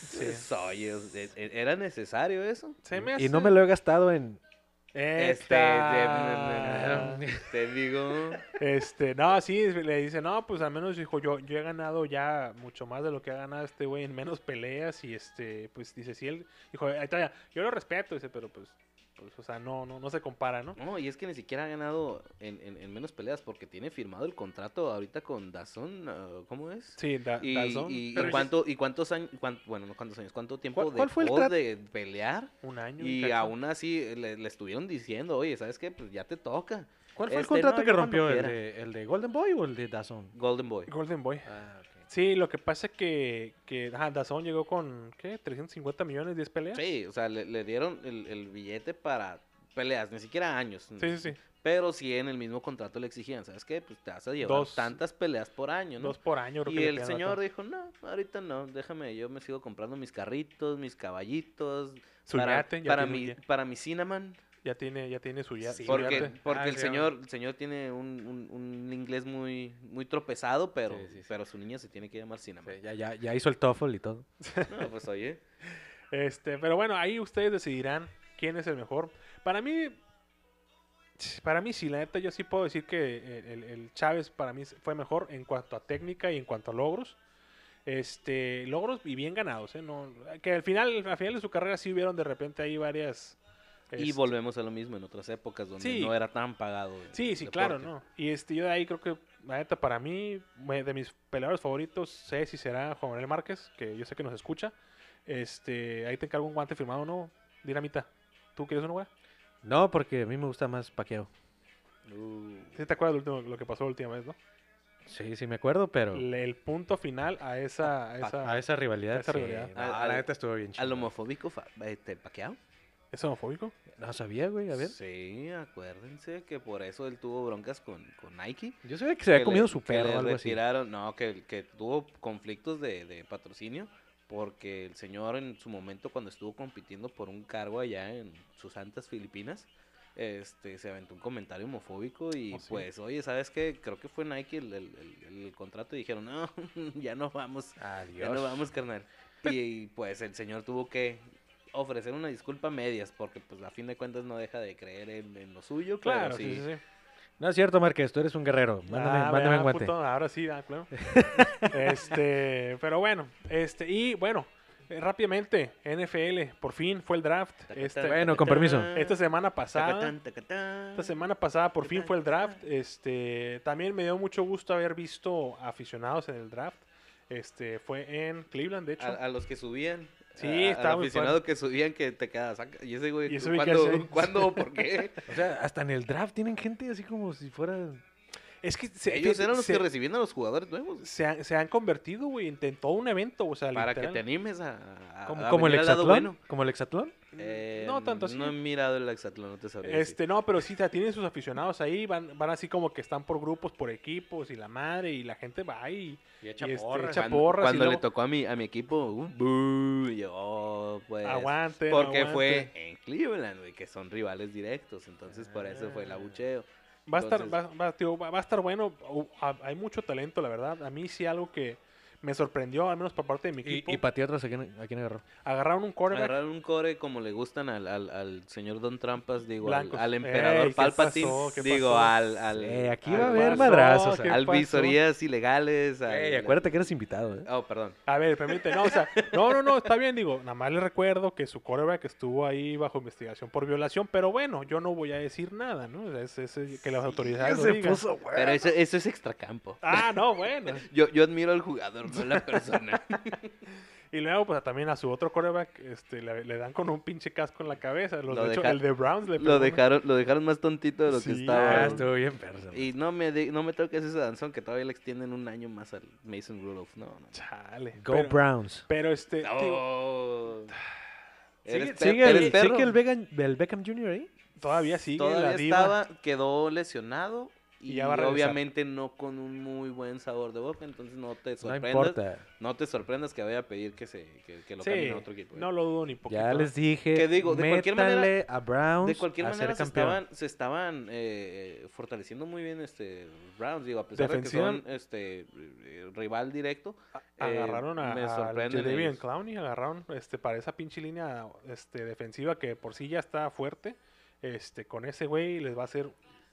S3: Soy, es- es- e-, ¿Era necesario eso?
S2: Se me
S1: Y no
S2: hace-
S1: me lo he gastado en.
S3: Este,
S2: Esta.
S3: de- te digo,
S2: Este, no, sí, le dice, no, pues al menos dijo, yo, yo he ganado ya mucho más de lo que ha ganado este güey en menos peleas y este, pues dice, sí, él, dijo, "Ahí está, ya, yo lo respeto, dice, pero pues, pues, o sea, no, no, no se compara, ¿no?
S3: no, y es que ni siquiera ha ganado en, en- en menos peleas porque tiene firmado el contrato ahorita con Dazón, ah, ¿cómo es?
S2: Sí, da,
S3: Y,
S2: Dazón,
S3: y- y
S2: pero
S3: cuánto, y cuántos años, cuán- bueno, no cuántos años, cuánto tiempo
S1: ¿Cuál- cuál fue el
S3: dejó
S1: trato?
S3: de pelear
S2: un año.
S3: y
S2: cacho.
S3: aún así le, le estuvieron diciendo, oye, ¿sabes qué? Pues ya te toca.
S1: ¿Cuál fue el
S3: Este,
S1: contrato
S3: no,
S1: que
S3: yo cuando
S1: rompió? ¿El
S3: quiera.
S1: de, ¿El de Golden Boy o el de Dazón?
S3: Golden Boy.
S2: Golden Boy.
S1: Ah, ok.
S2: Sí, lo que pasa es que, que ajá, Dazón llegó con, ¿qué? 350 millones, 10 peleas.
S3: Sí, o sea, le, le dieron el, el billete para peleas, ni siquiera años.
S2: sí, sí. sí.
S3: Pero sí en el mismo contrato le exigían, ¿sabes qué? Pues te vas a llevar
S2: Dos-
S3: tantas peleas por año, ¿no?
S2: Dos por año, creo
S3: y
S2: que le
S3: el
S2: pegan al
S3: señor
S2: vato.
S3: dijo, no, ahorita no, déjame, yo me sigo comprando mis carritos, mis caballitos,
S2: Su
S3: para,
S2: yate, ya
S3: para,
S2: tiene un
S3: mi,
S2: ya-
S3: para mi Cinnamon.
S2: Ya tiene, ya tiene su, ya, su
S3: porque
S2: yate.
S3: porque
S1: Ah,
S3: el,
S1: sí,
S3: señor, el señor tiene un, un- un inglés muy, muy tropezado, pero,
S1: Sí, sí, sí.
S3: pero su niña se tiene que llamar Cinnamon.
S1: Sí, ya, ya, ya hizo el TOEFL y todo.
S3: No, pues oye.
S2: Este, pero bueno, ahí ustedes decidirán quién es el mejor. Para mí, para mí sí, la neta, yo sí puedo decir que eh, el, el- el Chávez para mí fue mejor en cuanto a técnica y en cuanto a logros. Este, logros y bien ganados, ¿eh? No, que al final, al final de su carrera sí hubieron de repente ahí varias...
S3: Y
S2: este,
S3: volvemos a lo mismo en otras épocas donde
S2: Sí.
S3: no era tan pagado. el
S2: Sí, sí,
S3: deporte.
S2: claro, ¿no? Y este, yo de ahí creo que, la neta, para mí, me- de mis peleadores favoritos, sé si será Juan Manuel Márquez, que yo sé que nos escucha. Este, ahí te encargo un guante firmado, ¿no? Dinamita, ¿tú quieres uno, güey?
S1: No, porque a mí me gusta más Paqueo.
S3: Uh,
S2: Sí, te acuerdas lo, último, lo que pasó la última vez, ¿no?
S1: Sí, sí me acuerdo, pero
S2: Le- El punto final a esa...
S1: Ah,
S2: A esa
S1: a esa rivalidad.
S2: a esa
S1: sí,
S2: rivalidad.
S1: no,
S3: Al-
S1: la
S3: al-
S1: neta estuvo bien chido.
S3: Al homofóbico, fa- este, paqueado.
S2: ¿Es homofóbico?
S1: No sabía, güey, a ver.
S3: Sí, acuérdense que por eso él tuvo broncas con, con Nike.
S1: Yo sabía que se había
S3: que
S1: comido
S3: le-
S1: su
S3: que le
S1: perro o algo así.
S3: retiraron, No, que, que tuvo conflictos de, de patrocinio porque el señor en su momento cuando estuvo compitiendo por un cargo allá en sus santas Filipinas, este, se aventó un comentario homofóbico y
S2: Oh, sí.
S3: pues, oye, ¿sabes qué? Creo que fue Nike el, el- el- el contrato y dijeron, no, ya no vamos, ya
S1: Adiós.
S3: no vamos, carnal. Y, y, pues el señor tuvo que ofrecer una disculpa a medias porque pues a fin de cuentas no deja de creer en, en lo suyo,
S2: Claro,
S3: claro,
S2: sí, sí, sí.
S1: No es cierto, Márquez, tú eres un guerrero. Mándame,
S2: Ah,
S1: mándame
S2: vea,
S1: un guante.
S2: puto, ahora sí, ah, claro. este, pero bueno, este, y bueno, eh, rápidamente, NFL, por fin fue el draft. Este,
S1: Bueno, con permiso.
S2: esta semana pasada. Esta
S3: Esta
S2: semana pasada por fin fue el draft. Este, también me dio mucho gusto haber visto aficionados en el draft. Este, fue en Cleveland, de hecho.
S3: A, a los que subían.
S2: Sí,
S3: a- a-
S2: estaba
S3: Al
S2: muy
S3: aficionado que subían que te quedas. "Ah, Y ese güey,
S2: ¿Y ese güey qué
S3: ¿cuándo,
S2: hace?
S3: ¿cuándo o por qué?
S1: O sea, hasta en el draft tienen gente así como si fuera.
S2: es que se,
S3: Ellos
S2: fíjate,
S3: eran los
S2: se-
S3: que recibían a los jugadores nuevos.
S2: se han, se han convertido, güey, en, en todo un evento. O sea,
S3: Para que
S2: literal.
S3: te animes a. a-
S1: Como,
S3: a
S1: como el
S3: venir al lado
S1: hexatlón.
S3: bueno.
S1: Como el hexatlón.
S3: Eh,
S2: no tanto así.
S3: No he mirado el hexatlón, no te sabría. decir.
S2: Este, no, pero sí, o sea, tienen sus aficionados ahí, van, van así como que están por grupos, por equipos y la madre, y la gente va y este,
S1: Y
S2: echa porras.
S3: Cuando-
S2: chaporras y
S3: Cuando le
S2: luego-
S3: tocó a mi, a mi equipo, uh, boo, y yo, oh, pues.
S2: aguante.
S3: Porque fue en Cleveland, güey, que son rivales directos. Entonces, por eso fue el
S2: Ah.
S3: abucheo.
S2: Va a estar,
S3: Entonces-
S2: va- va, tío, va- va a estar bueno. o- a- Hay mucho talento, la verdad. A mí sí algo que me sorprendió, al menos por parte de mi equipo.
S1: Y, y pateó atrás a quién, a quién agarró.
S2: agarraron un quarterback.
S3: Agarraron un core como le gustan al, al, al señor Don Trampas, digo, al,
S2: Blancos.
S3: al emperador
S2: Ey, ¿qué
S3: Palpatine,
S2: pasó? ¿Qué
S3: digo,
S2: pasó?
S3: al... al
S1: Eh, aquí
S3: al-
S1: va a haber
S3: al-
S1: madrazos.
S2: ¿Qué
S3: Al
S2: pasó?
S3: visorías ilegales, al...
S1: Ey, acuérdate que eres invitado. eh.
S3: Oh, perdón.
S2: A ver, permíteme. No, o sea, no, no, no, está bien, digo. Nada más le recuerdo que su quarterback estuvo ahí bajo investigación por violación. Pero bueno, yo no voy a decir nada, ¿no? O sea, Es, es- que las autoridades lo digan.
S3: Pero eso, eso es extracampo.
S2: Ah, no, bueno.
S3: Yo, yo admiro al jugador, no a la persona.
S2: Y luego, pues también a su otro quarterback este, le, le dan con un pinche casco en la cabeza. Los,
S3: Lo
S2: de hecho,
S3: deja-
S2: el de Browns le pegó
S3: lo,
S2: una-
S3: dejaron, lo dejaron más tontito de lo que
S2: Sí,
S1: Ah,
S3: estaba.
S1: estuvo bien, perro.
S3: y no me, de- no me toques ese danzón que todavía le extienden un año más al Mason Rudolph. No, no.
S2: Chale.
S1: Go
S2: pero,
S1: Browns.
S2: pero este. digo,
S3: Oh.
S1: ¿Sigue,
S3: Eres per-
S1: sigue el,
S3: eres perro.
S1: sigue el Beckham, el Beckham Jr. ahí?
S2: Todavía sigue
S3: Todavía
S2: la diva.
S3: estaba, quedó lesionado
S2: Y
S3: y,
S2: ya va a regresar.
S3: obviamente no con un muy buen sabor de boca, entonces no te
S1: No
S3: sorprendas, no,
S1: importa.
S3: te sorprendas que vaya a pedir que se que, que lo
S2: Sí,
S3: cambien a otro equipo. ¿eh?
S2: no lo dudo ni poquito.
S1: Ya les dije.
S3: Que digo, de cualquier manera-
S1: métanle a Browns
S3: de cualquier
S1: a
S3: manera
S1: ser
S3: se
S1: campeón.
S3: estaban, se estaban eh, fortaleciendo muy bien este Browns, digo, a pesar de
S2: Defensiva.
S3: que son este eh, rival directo,
S1: eh,
S3: eh,
S2: agarraron a,
S3: me
S2: a
S3: sorprenden
S2: Jadeveon
S3: ellos.
S2: Clowney, agarraron este, para esa pinche línea este, defensiva que por sí ya está fuerte. Este, con ese güey les va a hacer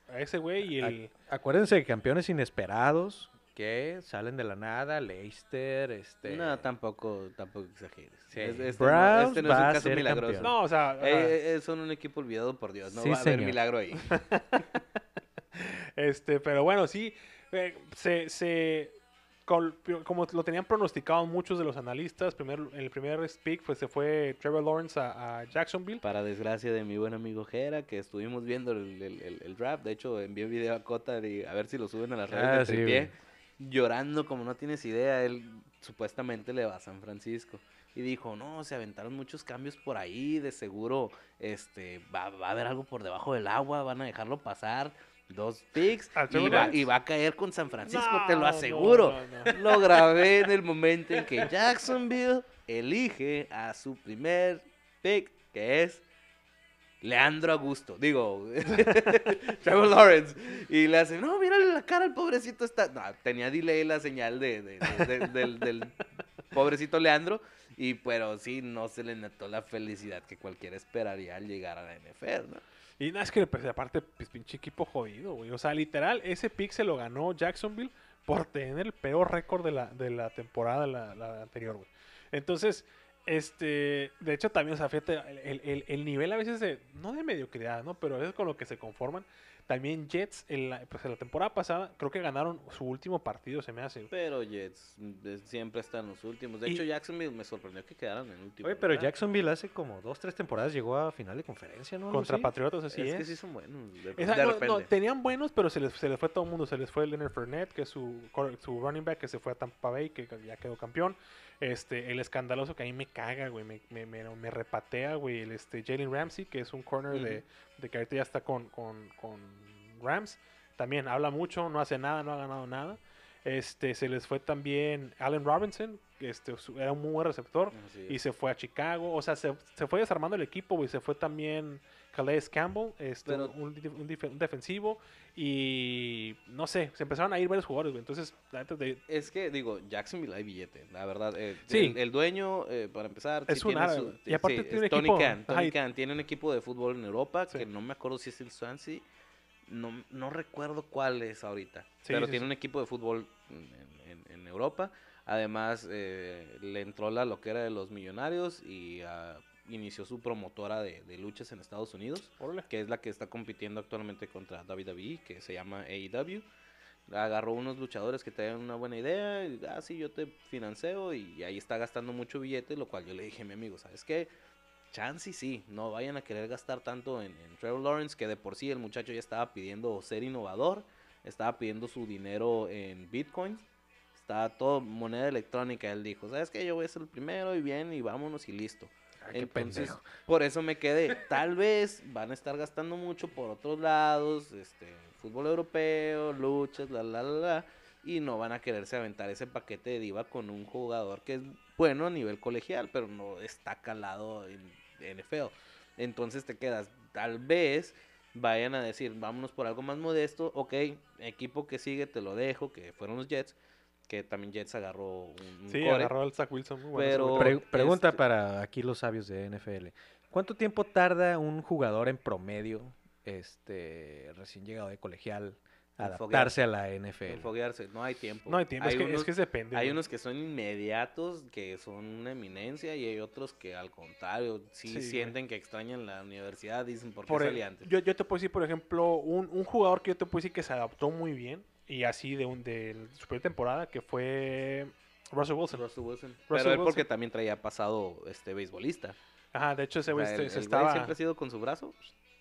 S2: a ese güey y el
S1: Acuérdense de campeones inesperados que salen de la nada. Leicester, este.
S3: no tampoco tampoco exageres.
S1: Sí.
S3: Es- Este,
S1: Browns
S3: no, este no es
S1: va
S3: un
S1: a
S3: caso
S1: ser
S3: milagroso.
S1: campeón.
S2: no, o sea, a-
S3: Eh, eh, son un equipo olvidado por Dios, no
S1: Sí,
S3: va a haber
S1: señor.
S3: milagro ahí. eh.
S2: este, pero bueno, sí eh, se, se col- como lo tenían pronosticado muchos de los analistas, primer, en el primer pick pues, se fue Trevor Lawrence a, a Jacksonville.
S3: Para desgracia de mi buen amigo Jera, que estuvimos viendo el, el, el- el draft. De hecho, envié video a Cota de a ver si lo suben a las redes
S1: Ah,
S3: de
S1: sí,
S3: Tripié, Llorando como no tienes idea, él supuestamente le va a San Francisco. Y dijo, no, se aventaron muchos cambios por ahí, de seguro este va, va a haber algo por debajo del agua, van a dejarlo pasar. Dos picks
S2: ¿Al
S3: y
S2: Trevor
S3: va,
S2: Lawrence?
S3: y va a caer con San Francisco, te
S2: No,
S3: lo
S2: no,
S3: aseguro.
S2: no, no.
S3: Lo grabé en el momento en que Jacksonville elige a su primer pick, que es Leandro Augusto. Digo, Trevor Lawrence. Y le hace, no, mírale la cara, el pobrecito está. No, tenía delay la señal de, de- de- del, del pobrecito Leandro. Y pero sí, no se le notó la felicidad que cualquiera esperaría al llegar a la NFL, ¿no?
S2: Y nada, es que pues, aparte, pues, pinche equipo jodido, güey. O sea, literal, ese pick se lo ganó Jacksonville por tener el peor récord de la, de la temporada la, la anterior, güey. Entonces, este, de hecho también, o sea, fíjate, el, el- el nivel a veces de, no de mediocridad, ¿no? Pero a veces con lo que se conforman. También Jets, en la, pues, en la temporada pasada, creo que ganaron su último partido, se me hace.
S3: Pero Jets de- siempre están los últimos. De
S2: Y-
S3: hecho, Jacksonville me sorprendió que quedaran en último.
S1: Oye, pero
S3: lugar.
S1: Jacksonville hace como dos, tres temporadas llegó a final de conferencia, ¿no? Algo
S2: Contra
S1: así.
S2: Patriotas, así
S3: es
S2: es.
S3: que sí son buenos. De,
S2: Esa-
S3: de
S2: no,
S3: repente.
S2: no, tenían buenos, pero se les, se les fue todo el mundo. Se les fue Leonard Fournette, que es su, cor- su running back, que se fue a Tampa Bay, que ya quedó campeón. Este, el escandaloso que a mí me caga, güey, me, me, me, me repatea, güey. El este, Jalen Ramsey, que es un corner de,
S3: Ujú.
S2: de que ahorita ya está con, con, con Rams. También habla mucho, no hace nada, no ha ganado nada. Este, se les fue también Allen Robinson, que este, su- era un muy buen receptor,
S3: Así
S2: y
S3: es.
S2: se fue a Chicago. O sea, se, se fue desarmando el equipo, güey. Se fue también Calais Campbell, este,
S3: Pero-
S2: un, dif- un dif- un defensivo, y no sé, se empezaron a ir varios jugadores, güey. Entonces, la neta, de-
S3: Es que, digo, Jacksonville hay billete, la verdad. eh,
S2: Sí.
S3: El, el dueño, eh, para empezar,
S2: Es un árabe, güey. Y aparte tiene un
S3: es Tony
S2: equipo-
S3: Khan. Tony
S2: ajá, y-
S3: Khan tiene un equipo de fútbol en Europa
S2: Sí.
S3: que no me acuerdo si es el Swansea. No, no recuerdo cuál es ahorita.
S2: Sí,
S3: pero
S2: sí,
S3: tiene
S2: sí.
S3: un equipo de fútbol en, en- en Europa. Además, eh, le entró la loquera de los millonarios y ah, inició su promotora de, de luchas en Estados Unidos
S2: órale.
S3: que es la que está compitiendo actualmente contra WWE, que se llama AEW. Agarró unos luchadores que traían una buena idea, y, ah, sí, yo te financio, y ahí está gastando mucho billete, lo cual yo le dije a mi amigo, ¿sabes qué? Chance y sí, no vayan a querer gastar tanto en, en Trevor Lawrence, que de por sí el muchacho ya estaba pidiendo ser innovador, estaba pidiendo su dinero en Bitcoin, estaba todo moneda electrónica, él dijo, ¿sabes qué? Yo voy a ser el primero y bien, y vámonos y listo.
S1: Ah, qué
S3: Entonces,
S1: pendejo.
S3: por eso me quedé. Tal vez van a estar gastando mucho por otros lados, este, fútbol europeo, luchas, la, la, la, la, y no van a quererse aventar ese paquete de diva con un jugador que es bueno a nivel colegial, pero no está calado en NFL. Entonces te quedas, tal vez vayan a decir, vámonos por algo más modesto, ok, equipo que sigue te lo dejo, que fueron los Jets, que también Jets agarró un, un
S2: Sí,
S3: core.
S2: agarró al Zach Wilson. muy bueno,
S3: Mm, pero-
S2: ese güey.
S1: Pre- pregunta
S3: este-
S1: para aquí los sabios de NFL. ¿Cuánto tiempo tarda un jugador en promedio, este, recién llegado de colegial, a
S3: En
S1: adaptarse a la
S3: en
S1: NFL?
S3: foguearse, no hay tiempo.
S2: No hay tiempo, es, que, es
S3: unos-
S2: que depende.
S3: Hay
S2: güey.
S3: unos que son inmediatos, que son una eminencia, y hay otros que al contrario, sí,
S2: Sí, güey.
S3: sienten que extrañan la universidad, dicen por qué
S2: Por e-
S3: salí antes.
S2: Yo, yo te puedo decir, por ejemplo, un, un jugador que yo te puedo decir que se adaptó muy bien y así de, un, de su primera temporada, que fue Russell Wilson.
S3: Russell Wilson.
S2: Russell
S3: Pero él
S2: Wilson.
S3: porque también traía pasado este beisbolista.
S2: Ajá, de hecho ese
S3: O
S2: güey
S3: sea,
S2: se-
S3: el-
S2: se
S3: el güey
S2: estaba...
S3: siempre ha sido con su brazo.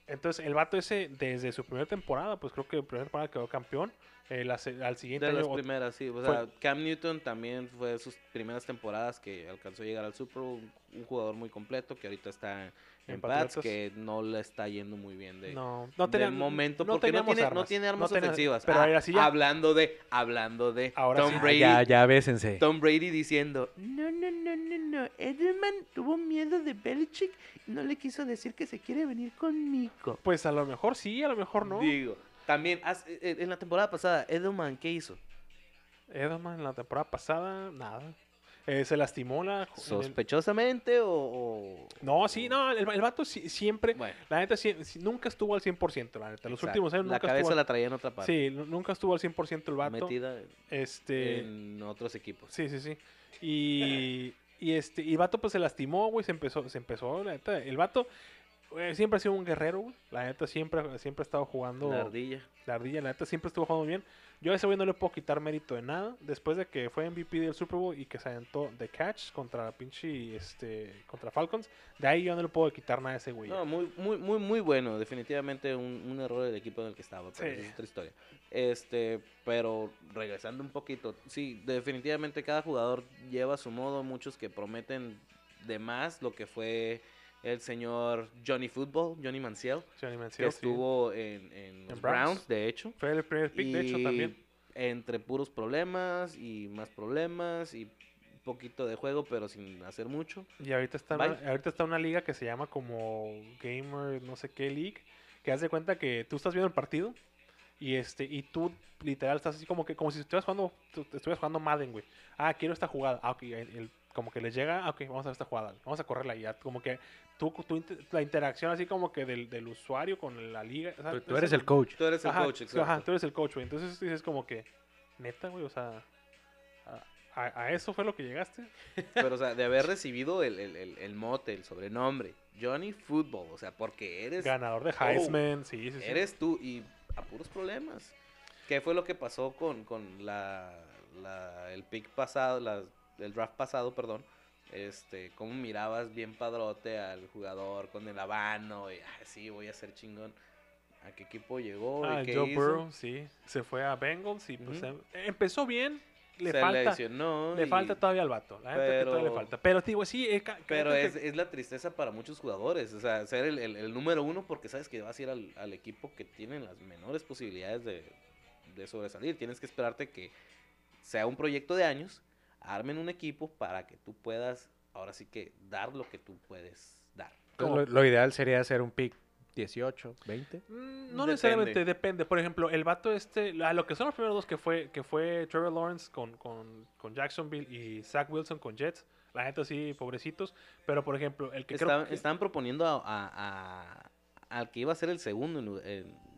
S2: Entonces, el vato ese, desde su primera temporada, pues creo que la primera temporada quedó campeón. eh, la se- al siguiente
S3: De las
S2: año, ot-
S3: primeras, sí. O
S2: fue-
S3: sea, Cam Newton también fue de sus primeras temporadas que alcanzó a llegar al Super Bowl. Un jugador muy completo que ahorita está en,
S2: En
S3: Pats,
S2: Patriotas.
S3: que no le está yendo muy bien de,
S2: no, no
S3: del
S2: tenía-
S3: momento porque no
S2: teníamos
S3: tiene, no tiene armas
S2: tenía-
S3: ofensivas.
S2: Pero
S3: Ah,
S2: ahora sí ya-
S3: Hablando de, hablando de
S2: Ahora
S3: Tom
S2: sí. Ah,
S1: Ah,
S3: Brady.
S1: ya, ya bésense.
S3: Tom Brady diciendo, no, no, no, no, no, Edelman tuvo miedo de Belichick y no le quiso decir que se quiere venir conmigo.
S2: Pues a lo mejor sí, a lo mejor no.
S3: Digo, también, haz- eh, eh, en la temporada pasada, Edelman, ¿qué hizo?
S2: Edelman en la temporada pasada, nada. Eh, se lastimó la... en el-
S3: ¿Sospechosamente o...? o-
S2: No, sí, no, el, el vato sí- siempre...
S3: Bueno,
S2: La neta, sí- sí, nunca estuvo al 100%, la neta. Los
S3: exacto.
S2: últimos años
S3: La
S2: nunca
S3: cabeza
S2: estuvo... al-
S3: la traía en otra parte.
S2: Sí, nu- nunca estuvo al 100% el vato.
S3: Metida
S2: Este...
S3: en otros equipos.
S2: Sí, sí, sí. Y, y este, y Vato pues se lastimó, güey, se empezó, se empezó, la neta. El Vato güey, siempre ha sido un guerrero, güey. La neta siempre, siempre ha estado jugando
S3: La ardilla.
S2: la ardilla, la neta siempre estuvo jugando bien. Yo a ese güey no le puedo quitar mérito de nada. Después de que fue MVP del Super Bowl y que se aventó The Catch contra la pinche, este, contra Falcons, de ahí yo no le puedo quitar nada a ese güey.
S3: No, muy, muy, muy, muy bueno. Definitivamente un, un error del equipo en el que estaba, pero
S2: Sí.
S3: esa es otra historia. Este, pero regresando un poquito, sí, definitivamente cada jugador lleva a su modo, muchos que prometen de más lo que fue el señor Johnny Football, Johnny Manciel,
S2: Johnny Manziel,
S3: que
S2: sí.
S3: estuvo en, en los
S2: En Browns.
S3: Browns. de hecho.
S2: Fue el primer pick, de hecho,
S3: Y
S2: también.
S3: Entre puros problemas y más problemas y poquito de juego, pero sin hacer mucho.
S2: Y ahorita está,
S3: Bye.
S2: una, ahorita está una liga que se llama como Gamer, no sé qué league, que hace cuenta que tú estás viendo el partido y este y tú literal estás así como que como si estuvieras jugando tú- tú estuvieras jugando Madden, güey. Ah, quiero esta jugada. Ah, ok, el- el- como que les llega, ah, ok, vamos a ver esta jugada, vamos a correrla y ya como que tú, tú inter- la interacción así como que del, del usuario con la liga, o sea,
S1: Tú, tú
S2: es
S1: eres
S2: el-
S1: el coach.
S3: Tú eres el
S2: Ajá,
S3: coach,
S2: tú-
S3: exacto.
S2: Ajá, tú eres el coach, güey. Entonces dices como que neta, güey, o sea, a- a- a eso fue lo que llegaste.
S3: Pero, o sea, de haber recibido el, el, el, el mote, el sobrenombre, Johnny Football, o sea, porque eres,
S2: Ganador de Heisman, sí, sí, sí.
S3: eres tú y a puros problemas. ¿Qué fue lo que pasó con, con la, la- el pick pasado, la- el draft pasado, perdón? Este, cómo mirabas bien padrote al jugador con el habano y, "Ah, sí, voy a ser chingón. ¿A qué equipo llegó?
S2: Ah,
S3: ¿Y qué
S2: Joe
S3: hizo?
S2: Burrow, sí. Se fue a Bengals y pues
S3: Ujú.
S2: em- empezó bien. Le
S3: Se
S2: falta,
S3: lesionó
S2: le
S3: y-
S2: falta todavía al vato. La neta que todavía le
S3: Pero-
S2: falta. Pero te digo, sí, eh, ca-
S3: Pero
S2: cállate
S3: es, es la tristeza para muchos jugadores. O sea, ser el, el- el número uno porque sabes que vas a ir al, al equipo que tiene las menores posibilidades de, de sobresalir. Tienes que esperarte que sea un proyecto de años, armen un equipo para que tú puedas, ahora sí que, dar lo que tú puedes dar.
S2: Pues
S1: Lo, lo ideal sería hacer un pick 18, 20.
S2: Mm, No necesariamente, depende. Por ejemplo, el vato este, a lo que son los primeros dos que fue, que fue Trevor Lawrence con, con, con Jacksonville y Zach Wilson con Jets, la gente así, pobrecitos. Pero por ejemplo, el que creo
S3: Estaban,
S2: que-
S3: estaban proponiendo a, a- a- al que iba a ser el segundo, en lu- en-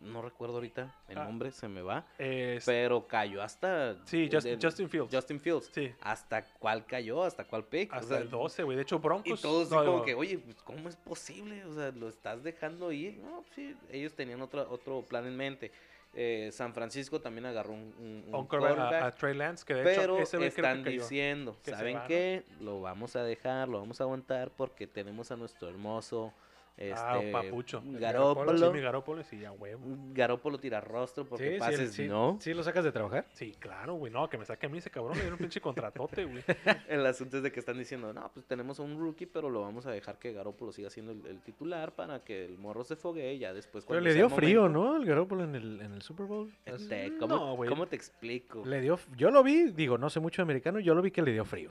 S3: no recuerdo ahorita el
S2: Ah.
S3: nombre, se me va,
S2: eh, es-
S3: pero cayó hasta...
S2: sí, Just-
S3: el-
S2: Justin Fields.
S3: Justin Fields.
S2: Sí.
S3: ¿Hasta cuál cayó? ¿Hasta cuál pick? O
S2: hasta
S3: sea,
S2: el 12, güey. De hecho, Broncos.
S3: Y todos así
S2: no,
S3: como
S2: no,
S3: que, oye, pues, ¿cómo es posible? O sea, ¿lo estás dejando ir? No, pues, sí, ellos tenían otro, otro plan en mente. Eh, San Francisco también agarró un, un- un
S2: a un quarterback, a- a,
S3: quarterback,
S2: Trey Lance, que de
S3: pero
S2: hecho, ese güey creo que
S3: están
S2: cayó.
S3: diciendo,
S2: que se
S3: ¿saben
S2: va, ¿no?
S3: qué? Lo vamos a dejar, lo vamos a aguantar porque tenemos a nuestro hermoso este,
S2: Ah, papucho. El
S3: Garópolo.
S2: Jimmy Garoppolo, sí, a huevo.
S3: Garópolo tira rostro porque pases,
S1: sí,
S3: ¿no?
S1: ¿Sí lo sacas de trabajar?
S2: Sí, claro, güey. No, que me saque a mí ese cabrón. Le dieron un pinche contratote, güey.
S3: El asunto es de que están diciendo, no, pues tenemos a un rookie, pero lo vamos a dejar que Garópolo siga siendo el, el titular para que el morro se foguee y ya después
S1: Pero
S3: cuando
S1: le
S3: sea
S1: dio
S3: el
S1: frío,
S3: momento-
S1: ¿no? El Garoppolo en el, en el Super Bowl. Así-
S3: Este, ¿cómo,
S2: No, güey.
S3: cómo te explico?
S1: Le dio, yo lo vi, digo, no sé mucho de americano, yo lo vi que le dio frío.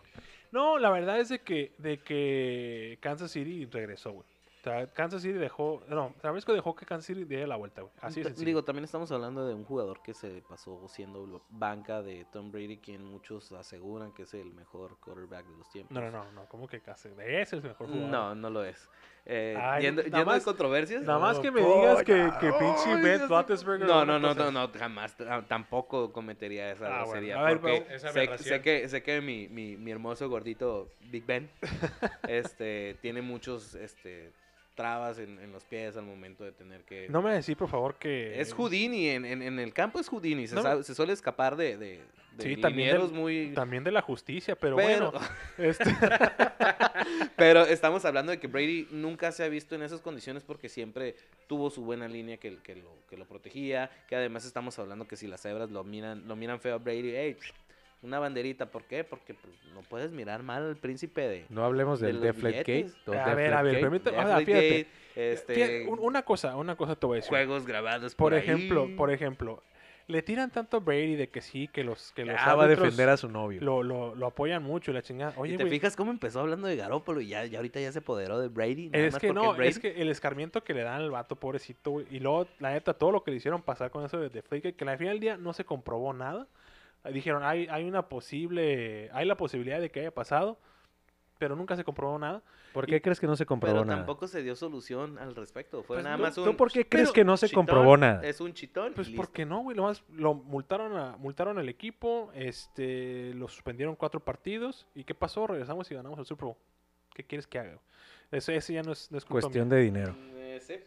S2: No, la verdad es de que, de que Kansas City regresó, güey. O sea, Kansas City dejó. No, San Francisco dejó que Kansas City diera la vuelta, güey. Así
S3: T-
S2: es.
S3: Digo, también estamos hablando de un jugador que se pasó siendo lo- banca de Tom Brady, quien muchos aseguran que es el mejor quarterback de los tiempos.
S2: No, no, no, no. ¿Cómo que Kansas? Ese es el mejor jugador.
S3: No, no lo es. Eh,
S2: Ay,
S3: yendo
S2: nada
S3: yendo
S2: más-
S3: de controversias.
S2: Nada más
S1: Oh,
S2: que me digas que,
S1: coño.
S2: que pinche
S1: Ay,
S2: Ben
S1: Dios
S2: Roethlisberger.
S3: No, no, no, no, no, jamás, t- ah, tampoco cometería esa
S2: Ah, bueno,
S3: grosería.
S2: a ver,
S3: porque
S1: pero- Esa
S3: sé,
S1: aberración.
S3: sé que, sé que mi, mi, mi hermoso gordito Big Ben este, tiene muchos este, trabas en, en los pies al momento de tener que...
S2: No me decís, por favor, que.
S3: Es Houdini, en, en, en el campo es Houdini, se,
S2: No.
S3: sabe- se suele escapar de, de, de
S2: Sí, también del-
S3: linieros muy...
S2: También de la justicia, pero,
S3: Pero-
S2: bueno. Este,
S3: Pero estamos hablando de que Brady nunca se ha visto en esas condiciones porque siempre tuvo su buena línea que, que, lo, que lo protegía. Que además estamos hablando que si las cebras lo miran, lo miran feo a Brady, "Ey, una banderita, ¿por qué? Porque pues, no puedes mirar mal al príncipe de...
S1: No hablemos
S3: De
S1: del
S3: los
S1: Deflate Gate.
S3: billetes.
S1: los
S2: A ver,
S1: Deflate
S2: a ver,
S1: Gate.
S2: permíteme-
S3: de
S2: o sea,
S3: Applegate,
S2: fíjate,
S3: este,
S2: fíjate, un- una cosa, una cosa te voy a decir.
S3: juegos grabados
S2: Por
S3: por,
S2: ejemplo,
S3: ahí.
S2: por ejemplo, le tiran tanto a Brady de que sí, que los que los
S1: Ah, va a
S2: árbitros
S1: defender a su novio.
S2: lo, lo, lo apoyan mucho y la chingada.
S3: Y
S2: Oye,
S3: te
S2: güey,
S3: fijas cómo empezó hablando de Garópolo y ya, ya ahorita ya se apoderó de Brady. nada
S2: es
S3: más
S2: que
S3: porque
S2: no,
S3: Brady.
S2: es que el escarmiento que le dan al vato, pobrecito, güey. Y luego, la neta, todo lo que le hicieron pasar con eso de Deflate, que al final del día no se comprobó nada. Eh, Dijeron, hay, hay una posible, hay la posibilidad de que haya pasado, pero nunca se comprobó nada.
S1: ¿Por qué crees que no se comprobó
S3: Pero
S1: nada?
S3: tampoco se dio solución al respecto. Fue
S2: Pues
S3: nada
S2: tú-
S3: más un...
S1: ¿Tú por qué crees
S3: pero
S1: que no se
S3: chitón,
S1: comprobó nada?
S3: Es un chitón.
S2: Pues
S3: y listo.
S2: porque no, güey, lo más, lo multaron a, multaron al equipo, este, lo suspendieron cuatro partidos, ¿y qué pasó? Regresamos y ganamos el Super Bowl. ¿Qué quieres que haga? Eso, ese ya no es, no es culpa
S1: Cuestión
S2: mía.
S1: de dinero.
S3: Eh, sí.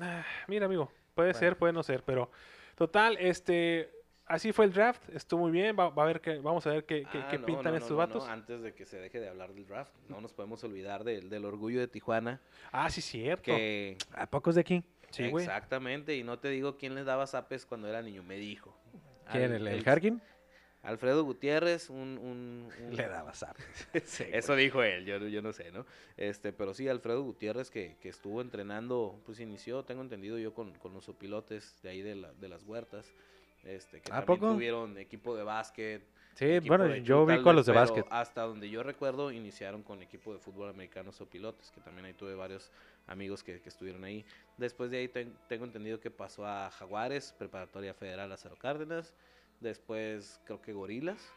S2: Ah, Mira, amigo, puede ser, puede no ser, pero total, este, así fue el draft, estuvo muy bien, va, va a ver que, vamos a ver qué, qué-
S3: Ah,
S2: qué
S3: no,
S2: pintan
S3: no, no,
S2: estos
S3: no, ah, no,
S2: vatos.
S3: antes de que se deje de hablar del draft, no nos podemos olvidar del, del orgullo de Tijuana,
S2: Ah, sí,
S1: Oh.
S2: cierto.
S3: que
S1: ¿A pocos de aquí? Eh,
S2: Sí, güey.
S3: exactamente, y no te digo quién les daba zapes cuando era niño, me dijo.
S1: ¿Quién?
S3: Al-
S1: ¿El, el, Harkin?
S3: Alfredo Gutiérrez, un... un- un-
S1: Le daba zap. Sí, güey.
S3: Eso dijo él, yo, yo no sé, ¿no? Este, pero sí, Alfredo Gutiérrez que, que estuvo entrenando, pues inició, tengo entendido yo, con, con los opilotes de ahí de, la- de las huertas, este, que
S1: ¿A
S3: también
S1: poco?
S3: tuvieron equipo de básquet,
S1: Sí,
S3: equipo
S1: bueno,
S3: de
S1: yo ubico a
S3: Chutalde,
S1: los de
S3: pero
S1: básquet.
S3: Hasta donde yo recuerdo, iniciaron con equipo de fútbol americano o pilotes, que también ahí tuve varios amigos que, que estuvieron ahí. Después de ahí ten- tengo entendido que pasó a Jaguares, Preparatoria Federal Acero Cárdenas. Después creo que Gorilas,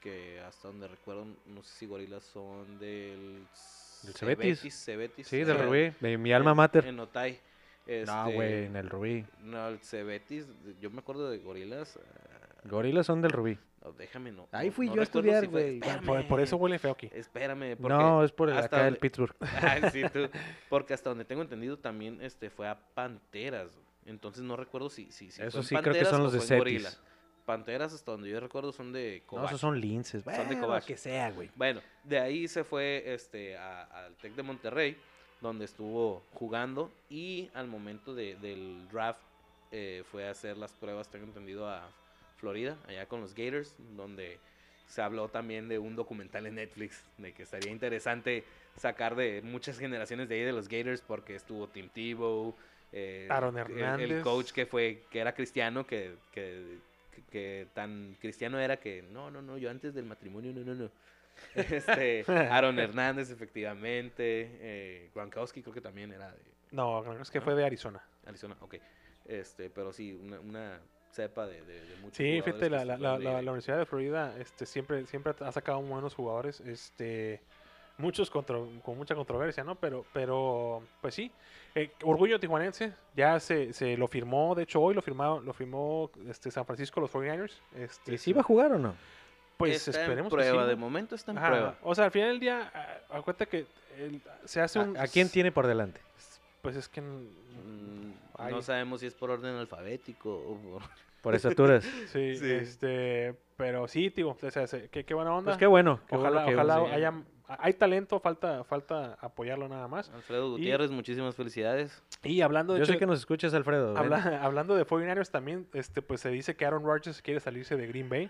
S3: que hasta donde recuerdo, no sé si Gorilas son del...
S1: Del Cebetis.
S3: Cebetis,
S1: Sí, del
S3: Cebetis,
S1: Rubí, de mi
S3: eh, en-
S1: alma mater.
S3: En Otay.
S1: No,
S3: Este,
S1: güey, en el Rubí.
S3: No, el Cebetis, yo me acuerdo de Gorilas. ah,
S1: Gorilas son del Rubí.
S3: no, déjame, no.
S4: Ahí
S3: no-
S4: fui
S3: no
S4: yo a
S3: recuerdo si
S4: estudiar,
S3: fue-
S4: güey.
S2: Ah, por, por eso huele feo aquí.
S3: eh, Espérame, porque
S1: No, es por el
S3: hasta
S1: acá del
S3: donde-
S1: Pittsburgh.
S3: Ay, sí, tú. Porque hasta donde tengo entendido también este fue a Panteras. güey. Entonces no recuerdo si, si, si fue
S1: Eso
S3: en
S1: sí creo que
S3: Panteras
S1: son
S3: o
S1: los de
S3: fue en
S1: Cetis.
S3: Gorila. Panteras hasta donde yo recuerdo son de
S1: No,
S3: Cobach.
S1: esos son linces.
S3: Son de
S1: Bueno,
S3: Cobach.
S1: que sea, güey.
S3: Bueno, de ahí se fue este a- al Tec de Monterrey, donde estuvo jugando y al momento de- del draft eh, fue a hacer las pruebas, tengo entendido, a Florida, allá con los Gators, donde se habló también de un documental en Netflix, de que estaría interesante sacar de muchas generaciones de ahí de los Gators, porque estuvo Tim Tebow, eh,
S2: Aaron
S3: el- el,
S2: Hernández.
S3: coach que fue, que era cristiano, que, que que, que tan cristiano era que no, no, no, yo antes del matrimonio, no, no, no. Este, Aaron Hernández, efectivamente. Eh, Gronkowski creo que también era de
S2: No, creo que es que
S3: ¿No?
S2: fue de Arizona.
S3: Arizona, ok. Este, pero sí, una, una cepa de, de, de muchos
S2: Sí,
S3: jugadores
S2: fíjate,
S3: que
S2: la,
S3: se
S2: la,
S3: fueron
S2: la,
S3: de
S2: la-
S3: ahí.
S2: la Universidad de Florida este, siempre, siempre ha sacado buenos jugadores, este, muchos contro- con mucha controversia, ¿no? Pero, pero pues sí, eh, orgullo tijuanense, ya se, se lo firmó, de hecho hoy lo firmaron, lo firmó este, San Francisco, los 49ers. Este,
S1: ¿Y si va a jugar o no?
S2: Pues
S3: Está en
S2: esperemos que
S3: prueba,
S2: sí,
S3: de
S2: ¿no?
S3: momento está en
S2: Ajá,
S3: prueba.
S2: O sea, al final del día, ah, acuérdate que el- se hace un...
S1: ¿A, a quién tiene por delante?
S2: Pues es que...
S3: Mm,
S2: Ay.
S3: No sabemos si es por orden alfabético o por...
S1: Por estaturas.
S2: Sí,
S3: Mm, Sí.
S2: este, pero sí, tío, o sea, se- qué, qué buena onda.
S1: Pues qué bueno. qué
S2: Ojalá,
S1: bueno que
S2: ojalá
S1: uno-
S2: haya, hay talento, falta, falta apoyarlo nada más.
S3: Alfredo Gutiérrez, muchísimas felicidades.
S2: Y hablando de
S1: Yo
S2: hecho,
S1: sé que nos escuchas, Alfredo. ven.
S2: habla- hablando de 49ers también, este, pues se dice que Aaron Rodgers quiere salirse de Green Bay.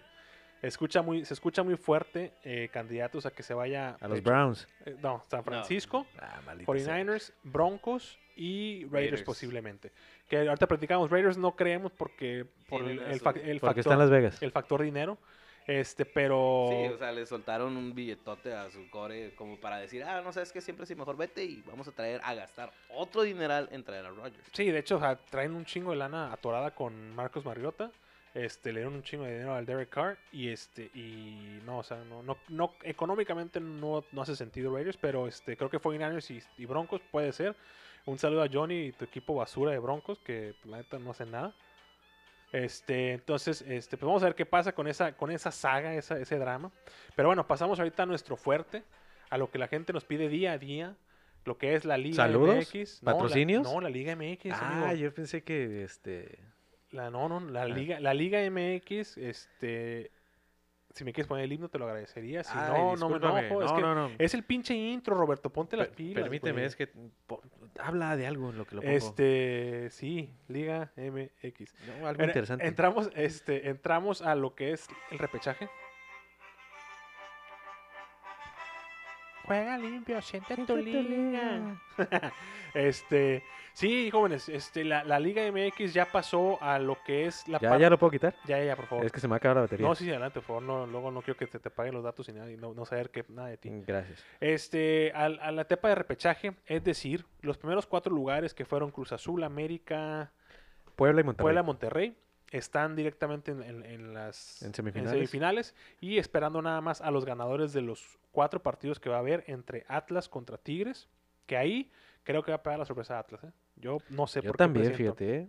S2: Escucha muy, se escucha muy fuerte eh, candidatos a que se vaya
S1: A los
S2: eh,
S1: Browns.
S2: eh, no, San Francisco,
S1: Ah, maldita sea.
S2: 49ers, Broncos y Raiders,
S3: Raiders.
S2: posiblemente. Que ahorita platicamos, Raiders no creemos porque por el,
S3: Tienen a
S2: el
S3: su-
S2: fac- el
S1: Porque está
S2: factor,
S1: en Las Vegas.
S2: el factor dinero. Este, pero
S3: Sí, o sea, le soltaron un billetote a su core como para decir, ah, no sabes que siempre sí, mejor vete y vamos a traer, a gastar otro dineral en traer a Rogers.
S2: Sí, de hecho, o sea, traen un chingo de lana atorada con Marcos Mariota. Este, le dieron un chingo de dinero al Derek Carr y este y no, o sea, no, no, no económicamente no, no hace sentido Raiders, pero este creo que 49ers y, y Broncos puede ser. Un saludo a Johnny y tu equipo basura de Broncos que pues, la neta no hace nada. Este, entonces, este, pues vamos a ver qué pasa con esa con esa saga, esa, ese drama. Pero bueno, pasamos ahorita a nuestro fuerte, a lo que la gente nos pide día a día, lo que es la Liga
S1: ¿Saludos?
S2: MX. No, la-
S1: ¿Patrocinios?
S2: no, la Liga MX.
S1: Ah,
S2: amigo.
S1: yo pensé que este.
S2: La, no, no, la Liga, la Liga MX, este. Si me quieres poner el himno, te lo agradecería. Si
S1: Ay,
S2: Ah, no, no me
S1: discúlpame.
S2: enojo. es,
S1: No,
S2: que
S1: no, no.
S2: es el pinche intro, Roberto. Ponte las
S1: Per-
S2: pilas.
S1: Permíteme,
S2: güey.
S1: es que po- habla de algo en lo que lo pongo.
S2: Este, sí, Liga MX.
S1: No, algo
S2: Bueno,
S1: interesante.
S2: Entramos, este, entramos a lo que es el repechaje. Juega limpio, siente tu liga. este, sí, jóvenes, este, la, la Liga MX ya pasó a lo que es la
S1: ¿Ya,
S2: par-
S1: ya lo puedo quitar?
S2: ya, ya, ya, por favor.
S1: Es que se me acaba la batería.
S2: No, sí, adelante, por favor. No, luego no quiero que te, te paguen los datos y nada, y no, no saber que nada de ti.
S1: Mm, Gracias.
S2: Este, al- a la etapa de repechaje, es decir, los primeros cuatro lugares que fueron Cruz Azul, América,
S1: Puebla y Monterrey.
S2: Puebla, Monterrey, están directamente en, en- en las
S1: En semifinales.
S2: semifinales y esperando nada más a los ganadores de los cuatro partidos que va a haber entre Atlas contra Tigres, que ahí creo que va a pegar la sorpresa a Atlas. ¿eh? Yo no sé
S1: Yo
S2: qué
S1: también,
S2: presiento.
S1: fíjate. ¿eh?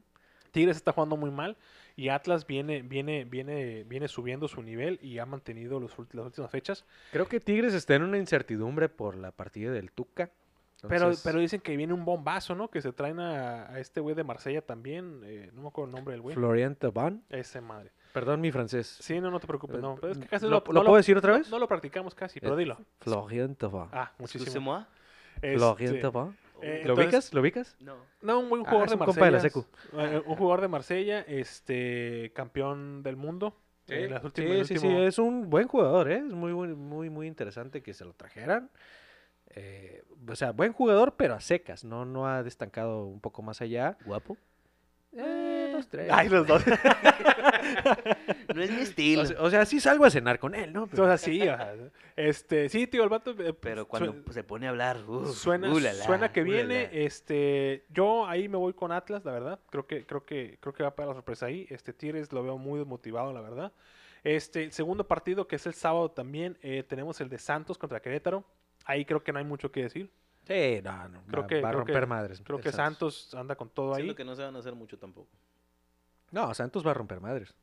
S2: Tigres está jugando muy mal y Atlas viene, viene, viene, viene subiendo su nivel y ha mantenido los, ult- las últimas fechas.
S1: Creo que Tigres está en una incertidumbre por la partida del Tuca.
S2: Pero,
S1: Entonces,
S2: pero dicen que viene un bombazo, ¿no? Que se traen a, a este güey de Marsella también. eh, no me acuerdo el nombre del güey.
S1: Florian Thauvin.
S2: Ese madre.
S1: Perdón mi francés.
S2: Sí, no, no te preocupes.
S1: Eh,
S2: No, pero es que casi
S1: ¿Lo,
S2: no-
S1: lo
S2: no
S1: puedo decir otra vez?
S2: No lo practicamos casi, pero
S1: Eh,
S2: dilo.
S1: Florian Thauvin.
S2: Ah, muchísimo.
S3: Muchísimo.
S2: Este,
S1: Florian Thauvin.
S2: eh,
S1: ¿Lo
S2: entonces-
S1: ubicas? ¿Lo ubicas?
S3: No.
S2: No, un buen
S1: Ah,
S2: jugador
S1: es
S2: de
S1: un compa de la
S2: Marsella. eh, un jugador de Marsella, este, campeón del mundo. en las últimas-
S1: sí,
S2: el
S1: sí, sí,
S2: último-
S1: es un buen jugador, ¿eh? es muy, buen- muy, muy interesante que se lo trajeran. Eh, o sea, buen jugador, pero a secas, no, no ha destancado un poco más allá.
S3: ¿Guapo?
S1: Eh, dos, tres.
S2: Ay, los dos.
S3: No es mi estilo.
S1: o, sea, o sea, sí salgo a cenar con él, ¿no? Pero-
S2: Entonces, sí, ajá. este, sí, tío, el vato. eh,
S3: pero
S2: sue-
S3: cuando se pone a hablar, uh,
S2: suena,
S3: ulala,
S2: suena
S1: uh,
S2: que viene,
S3: ulala.
S2: este, yo ahí me voy con Atlas, la verdad. Creo que, creo que, creo que va para la sorpresa ahí. Este Tigres lo veo muy desmotivado, la verdad. Este, el segundo partido que es el sábado también, eh, tenemos el de Santos contra Querétaro. Ahí creo que no hay mucho que decir.
S1: sí, no, no,
S2: Creo
S1: va,
S2: que-
S1: va a
S2: creo que-
S1: romper madres.
S2: Creo
S1: el
S2: que Santos anda con todo ahí.
S3: Siento que no se van a hacer mucho tampoco.
S1: No, Santos va a romper madres.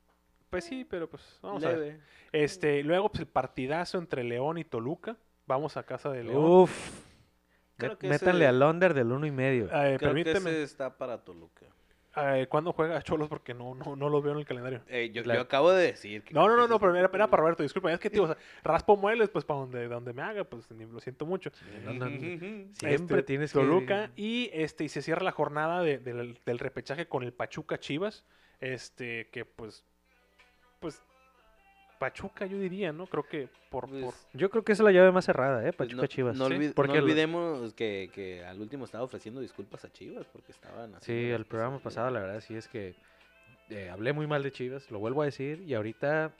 S2: Pues sí, pero pues vamos a ver.
S3: Leve.
S2: Este, luego pues, el partidazo entre León y Toluca. Vamos a casa de León.
S1: Uf.
S3: Creo
S1: Met-
S3: que
S1: métanle
S3: ese-
S1: al under del uno y medio.
S2: Eh,
S3: Creo que
S2: permíteme,
S3: ese está para Toluca.
S2: eh, ¿cuándo juega Cholos? Porque no, no, no los veo en el calendario.
S3: Eh, yo,
S1: La-
S3: yo acabo de decir que.
S2: No, no, no,
S3: ese
S2: no,
S3: es-
S2: pero era, era para Roberto, disculpa, es que tío, o sea, raspo muebles, pues para donde, donde me haga, pues ni- lo siento mucho.
S1: No, no, no.
S3: Ujú.
S1: Siempre
S2: Este,
S1: tienes que-
S2: Toluca y este, y se cierra la jornada de- del, del repechaje con el Pachuca Chivas. Este, que pues, pues, Pachuca yo diría, ¿no? Creo que por,
S3: Pues,
S2: por-
S1: Yo creo que esa es la llave más cerrada, ¿eh?
S3: pues
S1: Pachuca Chivas.
S3: No,
S1: Sí,
S3: olvid-
S1: porque
S3: no
S1: el-
S3: olvidemos que, que al último estaba ofreciendo disculpas a Chivas porque estaban.
S1: Sí,
S3: haciendo las
S1: el programa
S3: cosas
S1: pasado, la verdad, sí es que eh, hablé muy mal de Chivas, lo vuelvo a decir, y ahorita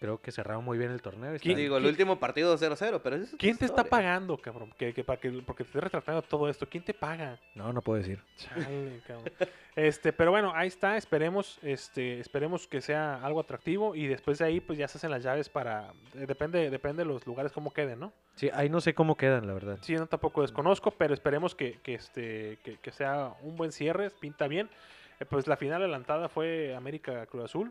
S1: creo que cerraron muy bien el torneo.
S2: ¿Quién-
S1: están-
S3: Digo, el
S2: quién-
S3: último partido 0-0, pero eso es otra
S2: ¿Quién te está
S3: historia.
S2: pagando, cabrón? Que, que, para que- porque te estoy retratando todo esto. ¿Quién te paga?
S4: No, no puedo decir.
S2: Chale, cabrón. Este, pero bueno, ahí está. Esperemos, este, esperemos que sea algo atractivo. Y después de ahí, pues ya se hacen las llaves para. eh, Depende, depende de los lugares cómo queden, ¿no?
S1: Sí, ahí no sé cómo quedan, la verdad.
S2: Sí, no tampoco desconozco, pero esperemos que, que este, que, que sea un buen cierre, pinta bien. Eh, pues la final adelantada fue América Cruz Azul.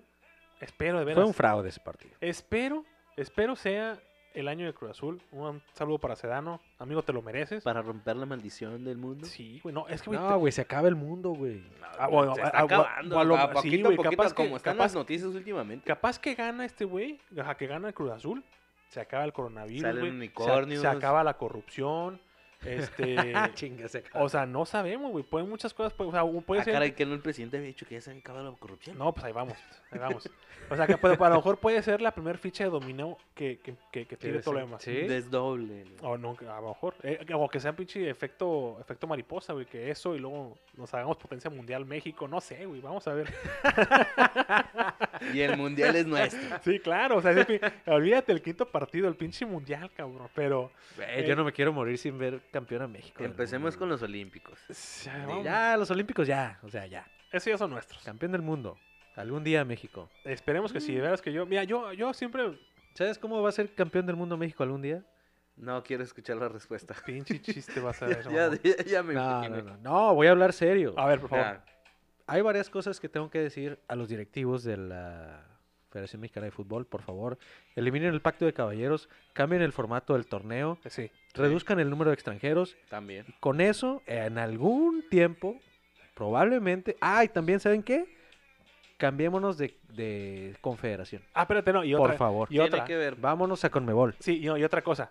S2: Espero de
S4: Fue
S2: veras.
S4: un fraude ese partido.
S2: espero, espero sea el año de Cruz Azul. Un saludo para Sedano. Amigo, te lo mereces.
S3: Para romper la maldición del mundo.
S2: Sí, güey, no, es que güey, te-
S4: No, güey, se acaba el mundo, güey.
S2: Ah, bueno,
S3: se
S2: a-
S3: está
S2: a-
S3: acabando.
S2: a lo-
S3: a
S2: sí,
S3: poquito a
S2: güey,
S3: poquito,
S2: capaz que-
S3: como están las
S2: capaz-
S3: noticias últimamente.
S2: Capaz que gana este güey, ajá, que gana el Cruz Azul, se acaba el coronavirus,
S3: Salen
S2: güey, se-
S3: unicornios.
S2: Se, acaba la corrupción, este,
S3: Ah,
S1: Chinga, se acaba.
S2: o sea, no sabemos, güey, pueden muchas cosas, puede, o sea, un- puede
S3: Ah,
S2: ser,
S3: caray, que no el presidente había dicho que ya se había acabado la corrupción.
S2: no, pues ahí vamos, ahí vamos, o sea, que puede- a lo mejor puede ser la primera ficha de dominó que, que, que, que tire
S1: desen-
S2: problemas,
S1: sí.
S3: Desdoble.
S2: o no, a lo mejor, eh, o que sea pinche efecto, efecto mariposa, güey, que eso y luego nos hagamos potencia mundial México, no sé, güey, vamos a ver.
S3: Y el mundial es nuestro.
S2: Sí, claro, o sea, ese pi- olvídate el quinto partido, el pinche mundial, cabrón. Pero
S1: Güey, eh, yo no me quiero morir sin ver campeón a México. del
S3: Empecemos con
S1: mundo,
S3: los olímpicos.
S2: sí,
S1: güey.
S2: vamos,
S1: Ya, los Olímpicos ya, o sea, ya.
S2: esos ya son nuestros.
S1: Campeón del mundo. Algún día México.
S2: Esperemos que sí,
S1: Mm.
S2: de veras que yo. Mira, yo, yo siempre.
S1: ¿Sabes cómo va a ser campeón del mundo México algún día?
S3: No quiero escuchar la respuesta.
S2: Pinche chiste vas a
S3: Ya,
S2: ver. mamón.
S3: ya, ya- ya me
S1: No,
S3: imaginé.
S1: no, no. No, voy a hablar serio.
S2: A ver, por favor.
S3: Ah,
S1: Hay varias cosas que tengo que decir a los directivos de la Federación Mexicana de Fútbol. Por favor, eliminen el pacto de caballeros, cambien el formato del torneo,
S2: Sí.
S1: reduzcan el número de extranjeros.
S3: también.
S1: Y con eso, en algún tiempo, probablemente... Ah, y también, ¿saben qué? Cambiémonos de, de confederación.
S2: Ah, espérate, no. Y
S1: Por
S2: otra.
S1: favor.
S2: Y otra.
S3: Tiene que ver.
S1: Vámonos a Conmebol.
S2: Sí, y, no, y otra cosa.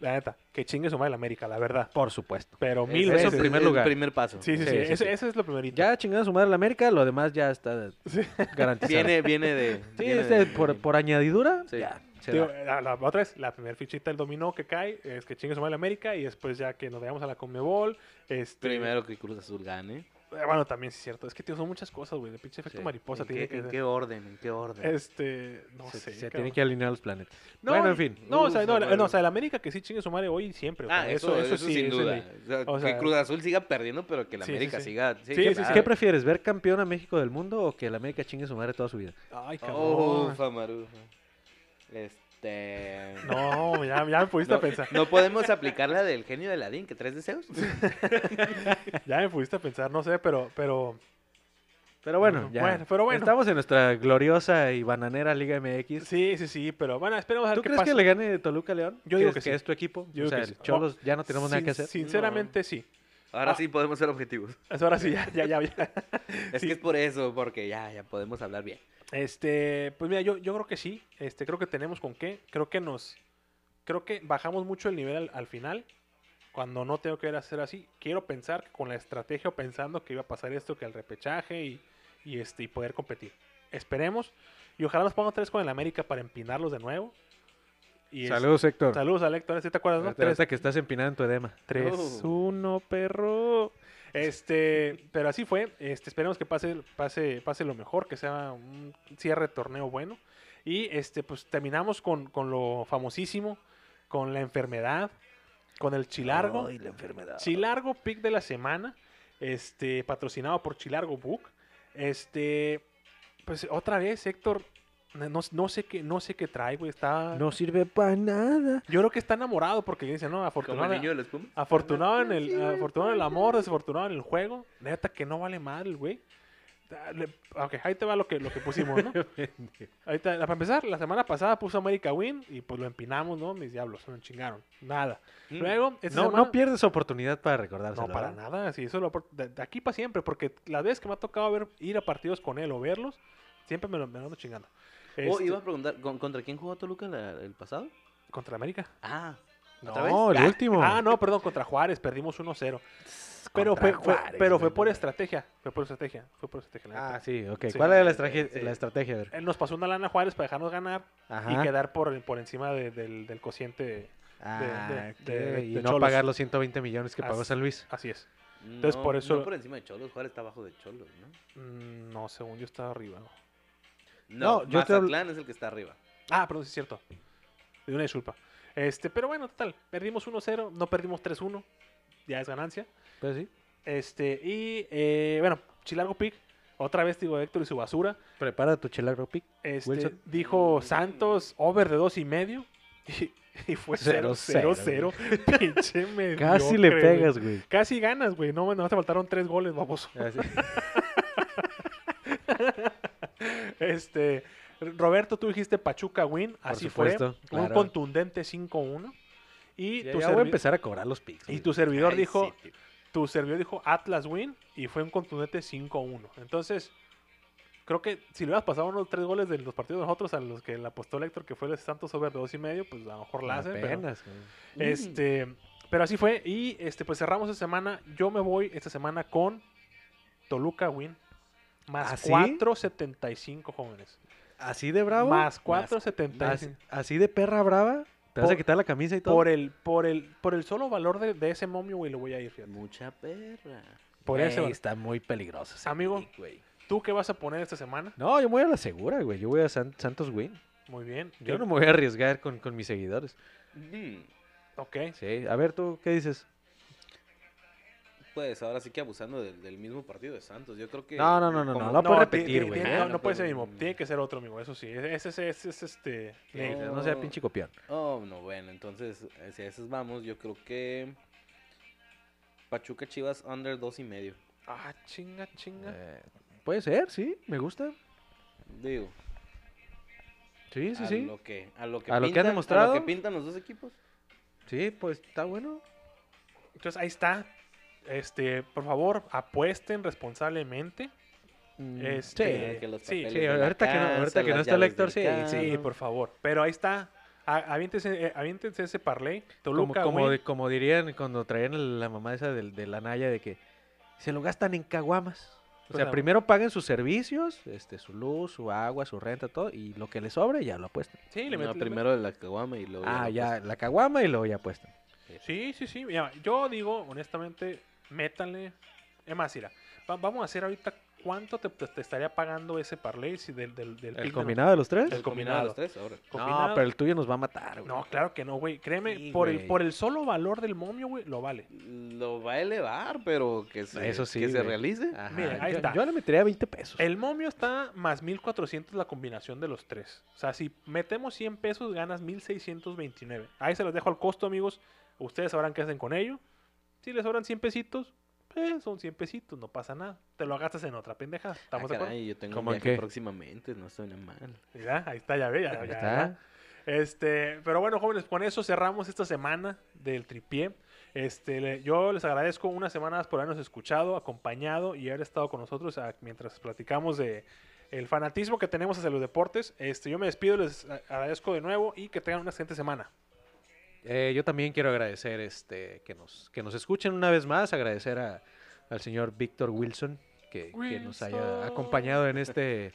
S2: La neta, que chingue su madre la América, la verdad.
S1: Por supuesto.
S2: Pero
S3: Es-
S2: mil
S3: es
S1: eso
S2: veces.
S3: el-
S1: primer
S3: el
S1: lugar.
S3: primer paso.
S2: Sí, sí, sí.
S1: Sí, sí,
S2: ese,
S1: sí.
S2: ese es lo primerito.
S1: Ya chingada su madre la América, lo demás ya está
S2: Sí.
S1: garantizado.
S3: Viene, viene de.
S1: Sí,
S3: viene
S1: este,
S3: de-
S1: por, por añadidura,
S3: Sí.
S1: ya. se
S2: Digo,
S1: da.
S2: la, la- otra vez, la primera fichita del dominó que cae es que chingue su madre la América y después ya que nos veamos a la Conmebol. Este,
S3: Primero que Cruz Azul gane.
S2: Eh, Bueno, también sí es cierto. Es que, tío, son muchas cosas, güey. El pinche efecto
S3: Sí.
S2: mariposa
S3: ¿En
S2: tiene
S3: qué,
S2: que
S3: en
S2: ser.
S3: qué orden? ¿En qué orden?
S2: Este, no
S1: se
S2: sé.
S1: se
S2: cabrón.
S1: tienen que alinear los planetas.
S2: No,
S1: bueno, en
S2: y-
S1: fin.
S2: No, o sea,
S3: Uh,
S2: no,
S3: no,
S2: la- no,
S3: no.
S2: o sea, el América que sí chingue su madre hoy y siempre. o sea,
S3: Ah, eso, eso, sin
S2: es
S3: duda.
S2: el-
S3: O sea,
S2: o
S3: que
S2: sea-
S3: Cruz Azul siga perdiendo, pero que la
S2: Sí, sí,
S3: América
S2: sí.
S3: siga.
S1: ¿Qué,
S2: Sí,
S3: Sí,
S2: sí, sí.
S1: qué
S3: claro.
S1: prefieres, ver campeón a México del mundo o que el América chingue su madre toda su vida?
S2: Ay,
S3: Oh,
S2: cabrón.
S3: Famarufa. Este.
S2: No, ya, ya me pudiste a
S3: No,
S2: pensar.
S3: no podemos aplicar la del genio de Aladín, que tres deseos.
S2: Ya me pudiste a pensar, no sé, pero, pero
S1: Pero bueno,
S2: Bueno,
S1: ya.
S2: bueno, pero bueno.
S1: Estamos en nuestra gloriosa y bananera Liga MX.
S2: sí, sí, sí, pero bueno, esperemos a ver
S1: ¿Tú
S2: qué
S1: crees
S2: pasa.
S1: que le gane Toluca León?
S2: Yo digo
S1: es-
S2: que sí.
S1: es tu equipo.
S2: Yo
S1: o
S2: digo
S1: sea,
S2: que
S1: el
S2: sí.
S1: Cholos ya no tenemos nada que
S2: Sin-
S1: hacer.
S2: Sinceramente sí.
S3: Ahora
S2: Ah.
S3: sí podemos ser objetivos.
S2: Es Ahora sí, ya, ya, ya, ya.
S3: Es
S2: Sí.
S3: que es por eso, porque ya, ya podemos hablar bien.
S2: Este, pues mira, yo, yo creo que sí. Este, creo que tenemos con qué. Creo que nos. Creo que bajamos mucho el nivel al, al final. Cuando no tengo que hacer así. Quiero pensar que con la estrategia o pensando que iba a pasar esto, que el repechaje y, y este, y poder competir. Esperemos. Y ojalá nos pongan tres con el América para empinarlos de nuevo. Y es-
S1: Saludos, Héctor.
S2: Saludos, Alex. ¿Sí te acuerdas? no?
S1: Ahorita-
S2: Tres-
S1: ahorita que estás empinado en tu edema.
S2: 3,
S3: Oh.
S2: 1, perro. Este, pero así fue. Este, esperemos que pase, pase, pase lo mejor, que sea un cierre de torneo bueno. Y este, pues terminamos con, con lo famosísimo, con la enfermedad, con el chilargo.
S3: Ay, la enfermedad.
S2: Chilargo Pick de la semana. Este, patrocinado por Chilargo Book. Este, pues otra vez, Héctor. No, no sé qué, no sé qué trae, güey. Está.
S1: No sirve para nada.
S2: Yo creo que está enamorado porque dice, no,
S3: Como el
S2: afortunadamente.
S3: niño de los Pumas.
S2: Afortunado en el, afortunado en el amor, desafortunado en el juego. Neta que no vale madre, el güey. Ah, le- Ok, ahí te va lo que, lo que pusimos, ¿no? Ahí te- para empezar, la semana pasada puso América Win y pues lo empinamos, ¿no? Mis diablos, se lo chingaron. Nada. Luego, esta
S1: Mm. No,
S2: semana-
S1: no pierdes oportunidad para recordárselo.
S2: No, para
S1: ¿verdad?
S2: nada. Sí, eso lo, apor- de, de aquí para siempre, porque las veces que me ha tocado ver, ir a partidos con él o verlos, siempre me lo, me lo ando chingando.
S3: Oh,
S2: Este,
S3: iba a preguntar, ¿con- ¿contra quién jugó Toluca la- el pasado?
S2: ¿Contra América?
S3: Ah, ¿otra vez?
S1: No, el
S3: Ah,
S1: último.
S2: Ah, no, perdón, contra Juárez, perdimos 1-0. Pero fue, fue- pero fue por estrategia. Fue por estrategia. Fue por estrategia. la
S1: Ah,
S2: neta.
S1: sí, ok.
S2: Sí. Ah,
S1: ¿Cuál era la, estrategia?
S3: Sí.
S1: la estrategia? A ver.
S2: Él nos pasó una lana a Juárez para dejarnos ganar y
S1: Ajá.
S2: quedar por, por encima de- del, del cociente.
S1: Ah,
S2: de- de-
S1: ok,
S2: de-
S1: y
S2: de
S1: no
S2: Cholos.
S1: pagar los 120 millones que pagó
S2: As-
S1: San Luis.
S2: Así es.
S3: No,
S2: Entonces, por eso-
S3: No por encima de Cholos, Juárez está abajo de Cholos, ¿no?
S2: Mm, No, según yo estaba arriba. ¿no?
S3: No,
S4: No, yo te hablo-
S3: Mazatlán es el que está arriba.
S2: Ah, perdón, sí es cierto. De una disculpa. Este, pero bueno, total. Perdimos 1-0, no perdimos 3-1. Ya es ganancia.
S4: Pues sí.
S2: Este, y eh, bueno, Chilargo Pick. Otra vez, digo, Héctor y su basura.
S4: Prepara tu chelargo pic.
S2: Este,
S4: Wilson.
S2: dijo Santos, over de dos y medio. Y, y fue 0-0.
S4: Cero, cero,
S2: Pinche mediocre,
S4: Casi le
S2: güey.
S4: pegas, güey.
S2: Casi ganas, güey. No, no te faltaron tres goles, baboso.
S4: Así.
S2: Este, Roberto, tú dijiste Pachuca win. Así
S4: supuesto,
S2: fue. Un
S4: claro.
S2: contundente 5-1. Y,
S4: Ya,
S2: tu
S4: ya voy a
S2: servi-
S4: empezar a cobrar los pics.
S2: y tu servidor
S3: Ay,
S2: dijo,
S3: sí, tío.
S2: tu servidor dijo Atlas win y fue un contundente 5-1. Entonces, creo que si le hubieras pasado unos tres goles de los partidos de nosotros a los que le apostó el Héctor, que fue el Santos over de dos y medio, pues a lo mejor la hacen. pero-
S4: apenas, güey.
S2: este, pero así fue. Y este, pues cerramos esta semana. Yo me voy esta semana con Toluca Win. Más
S4: ¿Ah, sí?
S2: 4.75 jóvenes.
S4: Así de bravo.
S2: Más
S4: Así,
S2: 4.75.
S4: así de perra brava. Te vas a
S2: Por-
S4: quitar la camisa y todo.
S2: Por e- el, por el, por el solo valor de, de ese momio, güey, lo voy a ir. fíjate.
S3: Mucha perra.
S2: Por
S4: Güey,
S2: ese valor.
S4: Está muy peligroso. ese
S2: Amigo.
S4: pick, güey.
S2: ¿Tú qué vas a poner esta semana?
S4: No, yo me voy a la segura, güey. Yo voy a San- Santos Win.
S2: Muy bien.
S1: Yo no me voy a arriesgar con, con mis seguidores.
S3: Mm.
S2: Ok.
S4: Sí. A ver, tú, ¿qué dices?
S3: Pues ahora sí que abusando del, del mismo partido de Santos. Yo creo que.
S4: No, no, no, no,
S3: como-
S4: no, puedes
S2: ti-
S4: repetir,
S2: ti-
S4: güey.
S2: ti- No,
S3: Ah, no
S2: no puede
S3: puedes-
S2: ser el mismo. Tiene que ser otro, amigo. Eso sí. Ese es, ese es este.
S4: Sí,
S2: ley.
S4: o sea, No sea pinche copión.
S3: Oh, no, bueno, entonces, eh, si a esas vamos, yo creo que. Pachuca Chivas under dos y medio.
S2: Ah, chinga, chinga.
S4: Eh, puede ser, sí. Me gusta.
S3: Digo,
S4: Sí, sí,
S3: a,
S4: sí.
S3: Lo que, a lo que
S4: A lo que han
S3: pintan-
S4: demostrado.
S3: A lo que pintan los dos equipos.
S4: Sí, pues está bueno.
S2: Entonces ahí está. Este, por favor, apuesten responsablemente.
S4: Mm,
S2: Este,
S4: sí.
S3: Ah, Que los
S2: sí,
S3: papeles
S4: sí,
S3: de la
S4: ahorita que no- ahorita
S3: casa,
S4: que no
S3: las
S4: está el
S3: llaves
S4: Héctor,
S3: del
S4: sí,
S3: carro.
S2: Sí, por favor. Pero ahí está. A- Aviéntense, eh, aviéntense ese parlay.
S1: Como,
S2: Toluca,
S1: como,
S2: win.
S1: di- como dirían cuando traían el- la mamá esa del- de, la Naya de que se lo gastan en caguamas. O
S2: Pues,
S1: sea,
S2: ah,
S1: primero paguen sus servicios, este, su luz, su agua, su renta, todo, y lo que les sobre ya lo apuestan.
S2: Sí, le
S3: No,
S2: meten- le
S3: primero la caguama y luego.
S1: Ah,
S3: la
S1: ya, la caguama y luego ya apuestan.
S2: meten- Sí, sí, sí. Mira, yo digo, honestamente, métanle. Es más, mira, va- vamos a hacer ahorita cuánto te, te- te estaría pagando ese parlay si del, del, del pick de
S1: ¿El
S2: los-
S1: combinado de los tres?
S2: El
S3: pues, Combinado
S2: combinado.
S3: los tres, ahora.
S2: combinado.
S1: No, pero el tuyo nos va a matar, güey.
S2: No, claro que no, güey. Créeme,
S1: Sí,
S2: por, el,
S1: güey.
S2: por el solo valor del momio, güey, lo vale.
S3: Lo va a elevar, pero que se,
S1: Eso sí,
S3: que se
S1: güey.
S3: realice. Ah,
S1: Ajá,
S2: Mira, ahí
S1: yo,
S2: está.
S1: yo le metería 20 pesos.
S2: El momio está más 1400 la combinación de los tres. O sea, si metemos 100 pesos, ganas 1629. Ahí se los dejo al costo, amigos. Ustedes sabrán qué hacen con ello. Si les sobran 100 pesitos, pues son 100 pesitos, no pasa nada. Te lo gastas en otra pendeja.
S3: Ah,
S2: ¿Estamos de acuerdo?
S3: caray, yo tengo un
S1: ¿Cómo en
S3: viaje
S1: qué?
S3: próximamente, no suena mal.
S2: Ya, ahí está, ya ve, ya,
S1: Ahí
S2: ya,
S1: está.
S2: Este, pero bueno, jóvenes, con eso cerramos esta semana del tripié. Este, le- yo les agradezco unas semanas por habernos escuchado, acompañado y haber estado con nosotros a- mientras platicamos de el fanatismo que tenemos hacia los deportes. Este, yo me despido, les a- agradezco de nuevo y que tengan una excelente semana.
S1: Eh, yo también quiero agradecer este, que, nos, que nos escuchen una vez más, agradecer a- al señor Víctor Wilson que, que nos haya
S2: Wilson.
S1: acompañado en este,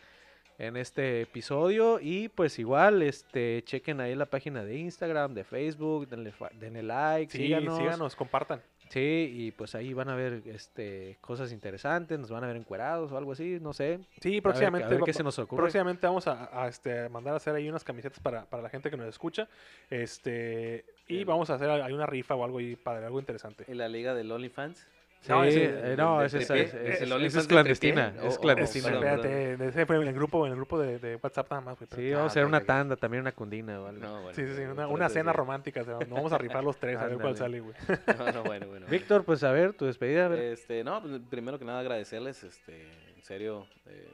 S1: en este episodio y pues igual este, chequen ahí la página de Instagram, de Facebook, denle, fa- denle like,
S2: Sí,
S1: síganos.
S2: síganos, compartan.
S1: Sí, y pues ahí van a ver este, cosas interesantes, nos van a ver encuerados o algo así, no sé. A
S2: Sí,
S1: ver- a ver
S2: próximamente, va-
S1: qué se nos ocurre.
S2: próximamente vamos a, a, este, mandar a hacer ahí unas camisetas para, para la gente que nos escucha. Este, y
S3: El-
S2: vamos a hacer ahí una rifa o algo ahí para algo interesante.
S3: ¿En la liga del OnlyFans?
S2: No,
S1: Sí,
S2: ese-
S1: eh,
S3: del-
S1: no,
S3: del
S1: esa-
S3: tripié,
S1: esa-
S3: del
S1: esa- esa
S3: OnlyFans
S1: es
S3: del
S1: clandestina,
S3: tripié,
S1: es
S3: o- o-
S1: clandestina.
S3: perdón, perdón.
S2: Espérate, ese fue en el grupo, en el grupo de, de WhatsApp nada más. güey,
S1: Sí,
S2: espérate.
S1: vamos a hacer
S3: Ah,
S1: una
S3: ok.
S1: tanda, también una cundina o algo.
S3: No, bueno,
S2: Sí, sí, sí,
S3: pero
S2: una,
S3: por
S2: una
S3: eso
S2: cena
S3: sí.
S2: romántica. o sea, nos vamos a rifar los tres a ver cuál
S1: Ándale.
S2: sale, güey.
S3: No, no, bueno, bueno.
S1: Víctor, pues a ver, tu despedida, a ver.
S3: Este, no, pues, primero que nada agradecerles, este, en serio, eh,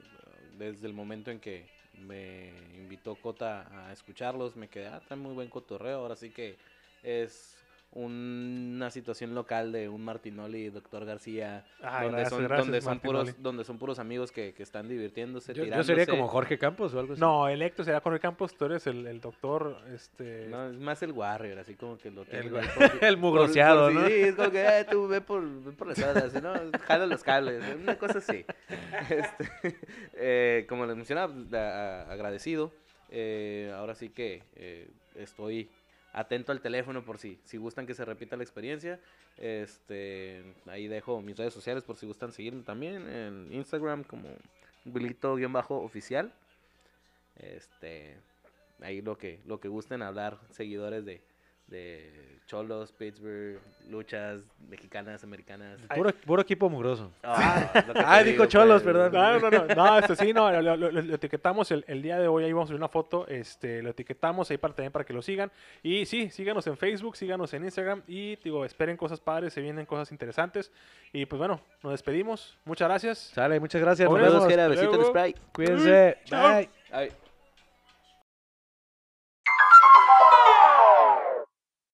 S3: desde el momento en que me invitó Cota a escucharlos, me quedé, ah, traen muy buen cotorreo, ahora sí que es una situación local de un Martinoli, Doctor García,
S2: Ah,
S3: donde,
S2: gracias,
S3: son,
S2: gracias,
S3: donde, son
S2: Martinoli.
S3: puros, donde son puros amigos que, que están divirtiéndose,
S1: Yo, yo
S3: tirándose.
S1: sería como Jorge Campos o algo así.
S2: No, el Héctor será Jorge Campos, tú eres el, el doctor, este...
S3: No, es más el Warrior, así como que lo tienen
S1: gua-
S3: ahí por-
S1: El
S3: por-
S1: mugroseado,
S3: por-
S1: ¿no?
S3: Sí, es como que, eh, tú ve por, ve por las horas, ¿no? Jala los cables, una cosa así. Este, eh, como les mencionaba, pues, a- a- agradecido. Eh, ahora sí que eh, estoy atento al teléfono por si, si gustan que se repita la experiencia. Este, ahí dejo mis redes sociales por si gustan seguirme también. En Instagram como Wilito-oficial. Este, ahí lo que, lo que gusten hablar, seguidores de, de Cholos, Pittsburgh, luchas mexicanas, americanas.
S1: Puro, puro equipo mugroso.
S3: Ah, es lo que te
S4: Ah, dijo
S3: digo,
S4: Cholos,
S3: pues.
S4: perdón.
S2: No, no, no, no, este, sí, no, lo, lo- lo- lo etiquetamos el, el día de hoy, ahí vamos a subir una foto, este, lo etiquetamos ahí para, también para que lo sigan. Y sí, síganos en Facebook, síganos en Instagram y digo, esperen cosas padres, se vienen cosas interesantes. Y pues bueno, nos despedimos, muchas gracias.
S4: Sale, muchas gracias. nos
S2: Nos vemos,
S4: vemos.
S3: Jera, besito en
S2: luego.
S3: Sprite.
S4: Cuídense.
S2: Chao.
S4: Bye.
S3: Ay.